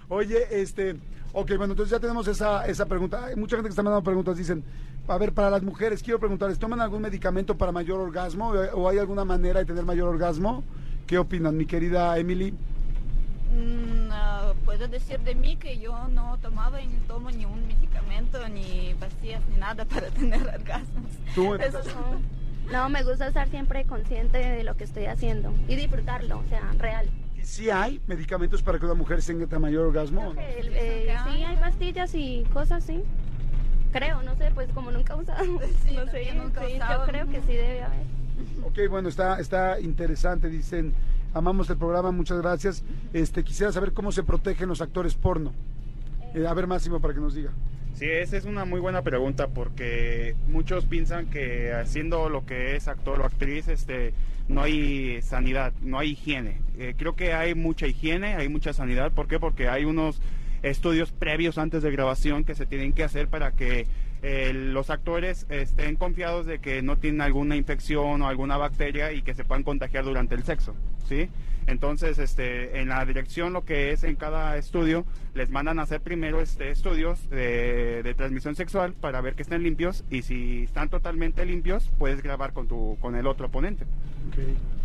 Speaker 1: Oye, este, ok, bueno, entonces ya tenemos esa, esa pregunta. Hay mucha gente que está mandando preguntas, dicen, a ver, para las mujeres, quiero preguntarles, ¿toman algún medicamento para mayor orgasmo o hay alguna manera de tener mayor orgasmo? ¿Qué opinan, mi querida Emily?
Speaker 2: Mm, ah, puedo decir de mí que yo no tomaba y ni tomo ni un medicamento, ni pastillas, ni nada para tener orgasmos.
Speaker 1: Tú,
Speaker 2: Eso es-
Speaker 3: No, no, me gusta estar siempre consciente de lo que estoy haciendo y disfrutarlo, o sea, real.
Speaker 1: ¿y eh, ¿sí hay medicamentos para que una mujer tenga mayor orgasmo? o no?
Speaker 3: El- eh, sí, hay pastillas y cosas así. Creo, no sé, pues como nunca he usado,
Speaker 2: Sí,
Speaker 3: no sé,
Speaker 2: también nunca he
Speaker 3: sí, yo
Speaker 2: usado,
Speaker 3: creo que
Speaker 2: ujú.
Speaker 3: sí debe haber.
Speaker 1: Ok, bueno, está, está interesante, dicen. Amamos el programa, muchas gracias. Este, quisiera saber cómo se protegen los actores porno. Eh, a ver, Máximo, para que nos diga.
Speaker 5: Sí, esa es una muy buena pregunta porque muchos piensan que haciendo lo que es actor o actriz, este, no hay sanidad, no hay higiene. Eh, creo que hay mucha higiene, hay mucha sanidad. ¿Por qué? Porque hay unos estudios previos antes de grabación que se tienen que hacer para que eh, los actores estén confiados de que no tienen alguna infección o alguna bacteria y que se puedan contagiar durante el sexo, ¿sí? Entonces, este, en la dirección lo que es en cada estudio, les mandan a hacer primero este, estudios de, de transmisión sexual para ver que estén limpios y si están totalmente limpios, puedes grabar con, tu, con el otro oponente.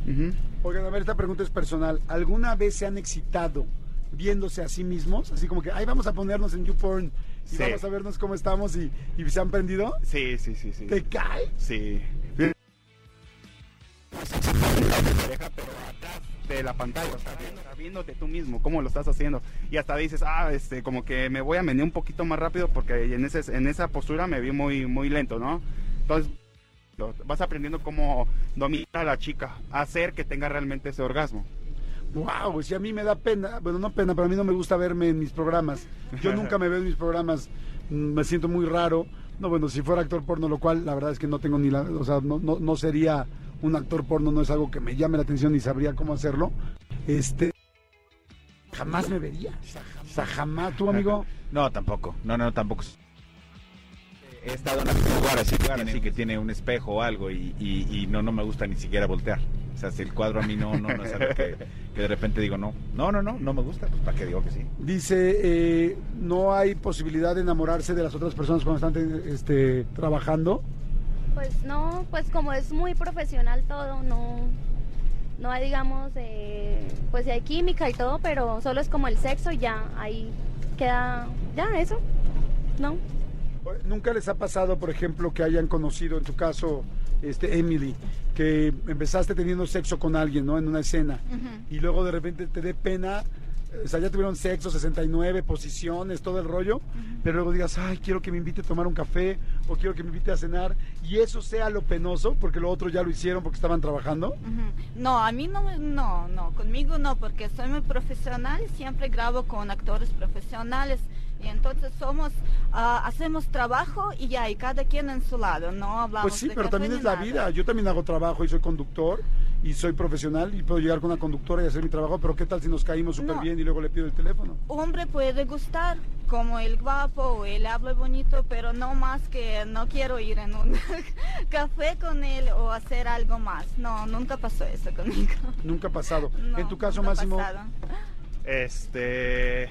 Speaker 5: Ujú.
Speaker 1: Oigan, a ver, esta pregunta es personal. ¿Alguna vez se han excitado viéndose a sí mismos? Así como que, ay, vamos a ponernos en YouPorn y
Speaker 5: Sí.
Speaker 1: vamos a vernos cómo estamos y, y se han prendido.
Speaker 5: Sí, sí, sí, sí.
Speaker 1: ¿Te cae?
Speaker 5: Sí. Deja, pero atrás de la pantalla, o sea, viendo- está viéndote tú mismo cómo lo estás haciendo y hasta dices, ah, este, como que me voy a menear un poquito más rápido porque en, ese, en esa postura me vi muy, muy lento, ¿no? Entonces lo- vas aprendiendo cómo dominar a la chica, hacer que tenga realmente ese orgasmo.
Speaker 1: Wow, pues si a mí me da pena, bueno, no pena, pero a mí no me gusta verme en mis programas. Yo nunca me veo en mis programas, mm, me siento muy raro. No, bueno, si fuera actor porno, lo cual la verdad es que no tengo ni la, o sea, no, no, no sería un actor porno, no es algo que me llame la atención ni sabría cómo hacerlo. Este, jamás me vería, o sea, jamás, tú amigo.
Speaker 4: No, tampoco. No, no, tampoco.
Speaker 1: Eh,
Speaker 4: He estado en algún lugar así, que tiene- que tiene un espejo o algo y, y- y no, no me gusta ni siquiera voltear. O sea, si el cuadro a mí no, no, no es algo que, que de repente digo no. No, no, no, no me gusta. Pues para qué digo que sí.
Speaker 1: Dice, eh, no hay posibilidad de enamorarse de las otras personas cuando están este, trabajando.
Speaker 3: Pues no, pues como es muy profesional todo, no, no hay, digamos, eh, pues sí hay química y todo, pero solo es como el sexo y ya, ahí queda, ya eso, ¿no?
Speaker 1: ¿Nunca les ha pasado, por ejemplo, que hayan conocido, en tu caso, este Emily, que empezaste teniendo sexo con alguien, ¿no? En una escena,
Speaker 2: Ujú.
Speaker 1: y luego de repente te dé pena, eh, o sea, ya tuvieron sexo, 69 posiciones, todo el rollo, pero luego digas, ay, quiero que me invite a tomar un café, o quiero que me invite a cenar, y eso sea lo penoso, porque lo otro ya lo hicieron porque estaban trabajando.
Speaker 2: Ujú. No, a mí no, me- no, no, conmigo no, porque soy muy profesional, siempre grabo con actores profesionales y entonces somos, ah, hacemos trabajo y ya, y cada quien en su lado, no hablamos
Speaker 1: Pues sí,
Speaker 2: de
Speaker 1: pero
Speaker 2: café
Speaker 1: también
Speaker 2: ni
Speaker 1: es la
Speaker 2: nada.
Speaker 1: vida. Yo también hago trabajo y soy conductor y soy profesional y puedo llegar con una conductora y hacer mi trabajo, pero ¿qué tal si nos caímos súper
Speaker 2: No.
Speaker 1: bien y luego le pido el teléfono?
Speaker 2: Hombre puede gustar, como el guapo o el habla bonito, pero no más que no quiero ir en un café con él o hacer algo más. No, nunca pasó eso conmigo.
Speaker 1: Nunca ha pasado.
Speaker 2: No,
Speaker 1: en tu caso,
Speaker 2: nunca ha
Speaker 1: Máximo,
Speaker 2: pasado.
Speaker 5: Este.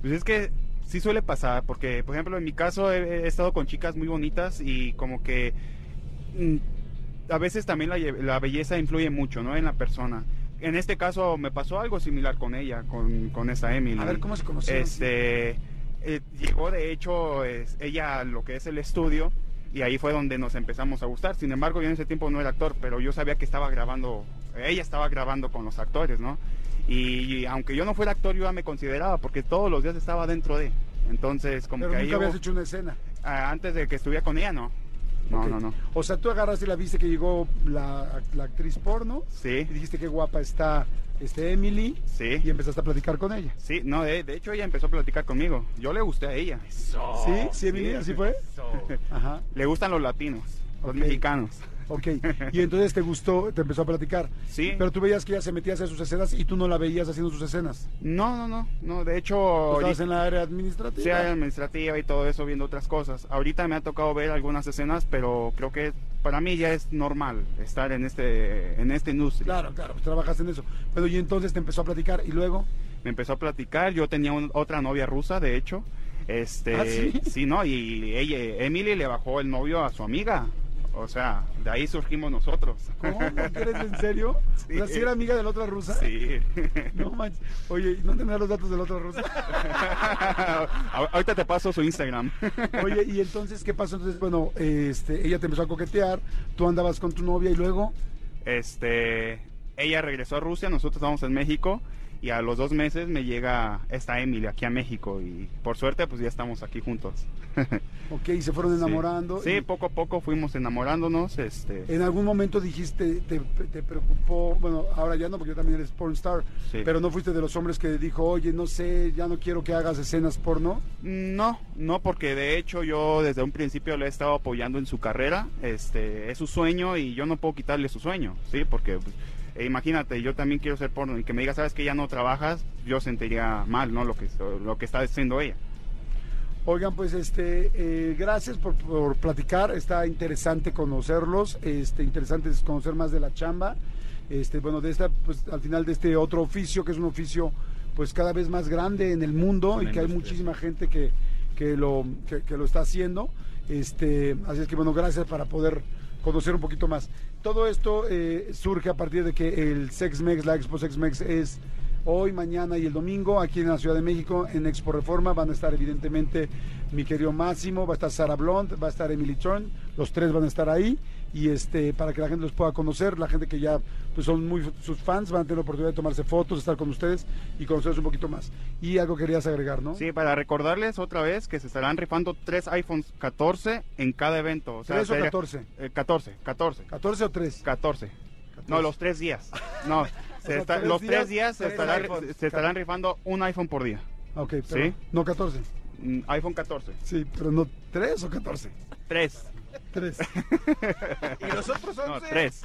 Speaker 5: Pues es que sí suele pasar, porque por ejemplo en mi caso he, he estado con chicas muy bonitas y como que mm, a veces también la, lle- la belleza influye mucho, ¿no? En la persona. En este caso me pasó algo similar con ella, con, con esta Emily.
Speaker 1: a ver cómo se conocieron.
Speaker 5: Este, eh, llegó de hecho es- ella a lo que es el estudio y ahí fue donde nos empezamos a gustar. Sin embargo, yo en ese tiempo no era actor, pero yo sabía que estaba grabando, ella estaba grabando con los actores, ¿no? Y, aunque yo no fuera actor, yo ya me consideraba porque todos los días estaba dentro de. Entonces, como
Speaker 1: Pero
Speaker 5: que
Speaker 1: nunca
Speaker 5: ahí
Speaker 1: habías
Speaker 5: hubo-
Speaker 1: hecho una escena.
Speaker 5: ah, antes de que estuviera con ella, no. No,
Speaker 1: Ok.
Speaker 5: no, no.
Speaker 1: O sea, tú agarraste y la viste que llegó la, la actriz porno
Speaker 5: Sí,
Speaker 1: y dijiste qué guapa está este Emily
Speaker 5: sí.
Speaker 1: y empezaste a platicar con ella.
Speaker 5: Sí, no, de, de hecho ella empezó a platicar conmigo. Yo le gusté a ella. Oh,
Speaker 1: ¿Sí? ¿Sí, Emily? ¿Así fue? Ajá.
Speaker 5: Le gustan los latinos, los
Speaker 1: Ok.
Speaker 5: mexicanos.
Speaker 1: Ok. Y entonces te gustó, te empezó a platicar.
Speaker 5: Sí.
Speaker 1: Pero tú veías que ella se metía a hacer sus escenas y tú no la veías haciendo sus escenas.
Speaker 5: No, no, no, no. De hecho,
Speaker 1: Tú estabas
Speaker 5: ahorita,
Speaker 1: en la área administrativa.
Speaker 5: sí, hay administrativa y todo eso, viendo otras cosas. Ahorita me ha tocado ver algunas escenas, pero creo que para mí ya es normal estar en este, en esta industria.
Speaker 1: Claro, claro, pues trabajas en eso. Pero y entonces te empezó a platicar y luego.
Speaker 5: Me empezó a platicar. Yo tenía un- otra novia rusa, de hecho. Este,
Speaker 1: ¿Ah, sí?
Speaker 5: no. Y ella, Emily le bajó el novio a su amiga. O sea, de ahí surgimos nosotros.
Speaker 1: ¿Cómo? ¿Qué ¿Eres en serio?
Speaker 5: Sí.
Speaker 1: O sea, ¿sí era amiga de la otra rusa?
Speaker 5: Sí.
Speaker 1: No manches. Oye, ¿y ¿no tendrás los datos de la otra rusa?
Speaker 5: A- Ahorita te paso su Instagram.
Speaker 1: Oye, ¿y entonces qué pasó? Entonces, bueno, este, ella te empezó a coquetear, tú andabas con tu novia y luego.
Speaker 5: Este, ella regresó a Rusia, nosotros estábamos en México y a los dos meses me llega esta Emily aquí a México y por suerte pues ya estamos aquí juntos.
Speaker 1: Ok, y se fueron
Speaker 5: Sí.
Speaker 1: enamorando.
Speaker 5: Sí,
Speaker 1: y
Speaker 5: poco a poco fuimos enamorándonos, este,
Speaker 1: En algún momento dijiste, te, te preocupó, bueno, ahora ya no, porque yo también eres pornstar,
Speaker 5: sí.
Speaker 1: pero no fuiste de los hombres que dijo, oye, no sé, ya no quiero que hagas escenas porno.
Speaker 5: no, no porque de hecho yo desde un principio le he estado apoyando en su carrera, este, es su sueño y yo no puedo quitarle su sueño, sí, porque pues, eh, imagínate, yo también quiero ser porno y que me diga, "Sabes que ya no trabajas", yo sentiría mal, ¿no? Lo que lo que está haciendo ella.
Speaker 1: Oigan, pues este, eh, gracias por, por platicar, está interesante conocerlos, este, interesante es conocer más de la chamba, este, bueno, de esta, pues al final de este otro oficio, que es un oficio pues cada vez más grande en el mundo
Speaker 4: Una
Speaker 1: y que hay
Speaker 4: industria.
Speaker 1: muchísima gente que, que lo, que, que lo está haciendo, este, así es que bueno, gracias para poder conocer un poquito más. Todo esto eh, surge a partir de que el SexMex, la Expo SexMex es hoy, mañana y el domingo aquí en la Ciudad de México en Expo Reforma. Van a estar evidentemente mi querido Máximo, va a estar Sara Blond, va a estar Emily Chon, los tres van a estar ahí y este para que la gente los pueda conocer, la gente que ya pues, son muy sus fans van a tener la oportunidad de tomarse fotos, estar con ustedes y conocerlos un poquito más. Y algo querías agregar, ¿no?
Speaker 5: Sí, para recordarles otra vez que se estarán rifando tres iPhones 14 en cada evento. O sea,
Speaker 1: ¿Tres o
Speaker 5: sería-
Speaker 1: 14?
Speaker 5: eh, 14, 14,
Speaker 1: 14 o 3.
Speaker 5: 14. No, los tres días. No, se
Speaker 1: Pues sea,
Speaker 5: está-
Speaker 1: tres
Speaker 5: los
Speaker 1: días,
Speaker 5: tres días se,
Speaker 1: tres
Speaker 5: estará-
Speaker 1: iPhones.
Speaker 5: se estarán rifando un iPhone por día.
Speaker 1: Ok, pero,
Speaker 5: Sí.
Speaker 1: no 14.
Speaker 5: Mm, iPhone 14.
Speaker 1: Sí, pero no 3 o 14.
Speaker 5: Tres.
Speaker 1: 3.
Speaker 8: Y nosotros
Speaker 5: No,
Speaker 8: 11.
Speaker 5: tres.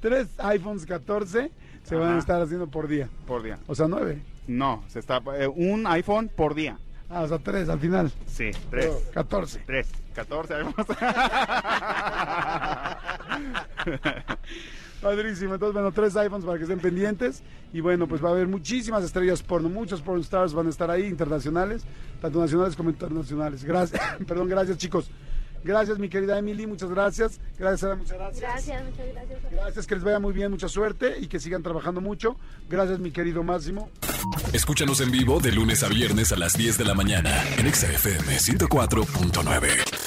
Speaker 1: Tres iPhones 14 se van a
Speaker 5: Ajá.
Speaker 1: estar haciendo por día.
Speaker 5: Por día.
Speaker 1: O sea, 9.
Speaker 5: No, se está eh, un iPhone por día.
Speaker 1: Ah, o sea, 3 al final. Oh,
Speaker 5: Sí, tres.
Speaker 1: 14.
Speaker 5: Tres. 14 iPhones.
Speaker 1: Padrísimo. Entonces, bueno, tres iPhones para que estén pendientes. Y bueno, pues va a haber muchísimas estrellas porno. Muchos porn stars van a estar ahí, internacionales, tanto nacionales como internacionales. Gracias, perdón, gracias chicos. Gracias, mi querida Emily, muchas gracias. Gracias, Sara, muchas gracias.
Speaker 3: Gracias, muchas gracias.
Speaker 1: Gracias, que les vaya muy bien, mucha suerte y que sigan trabajando mucho. Gracias, mi querido Máximo.
Speaker 7: Escúchanos en vivo de lunes a viernes a las 10 de la mañana en Exa FM 104.9.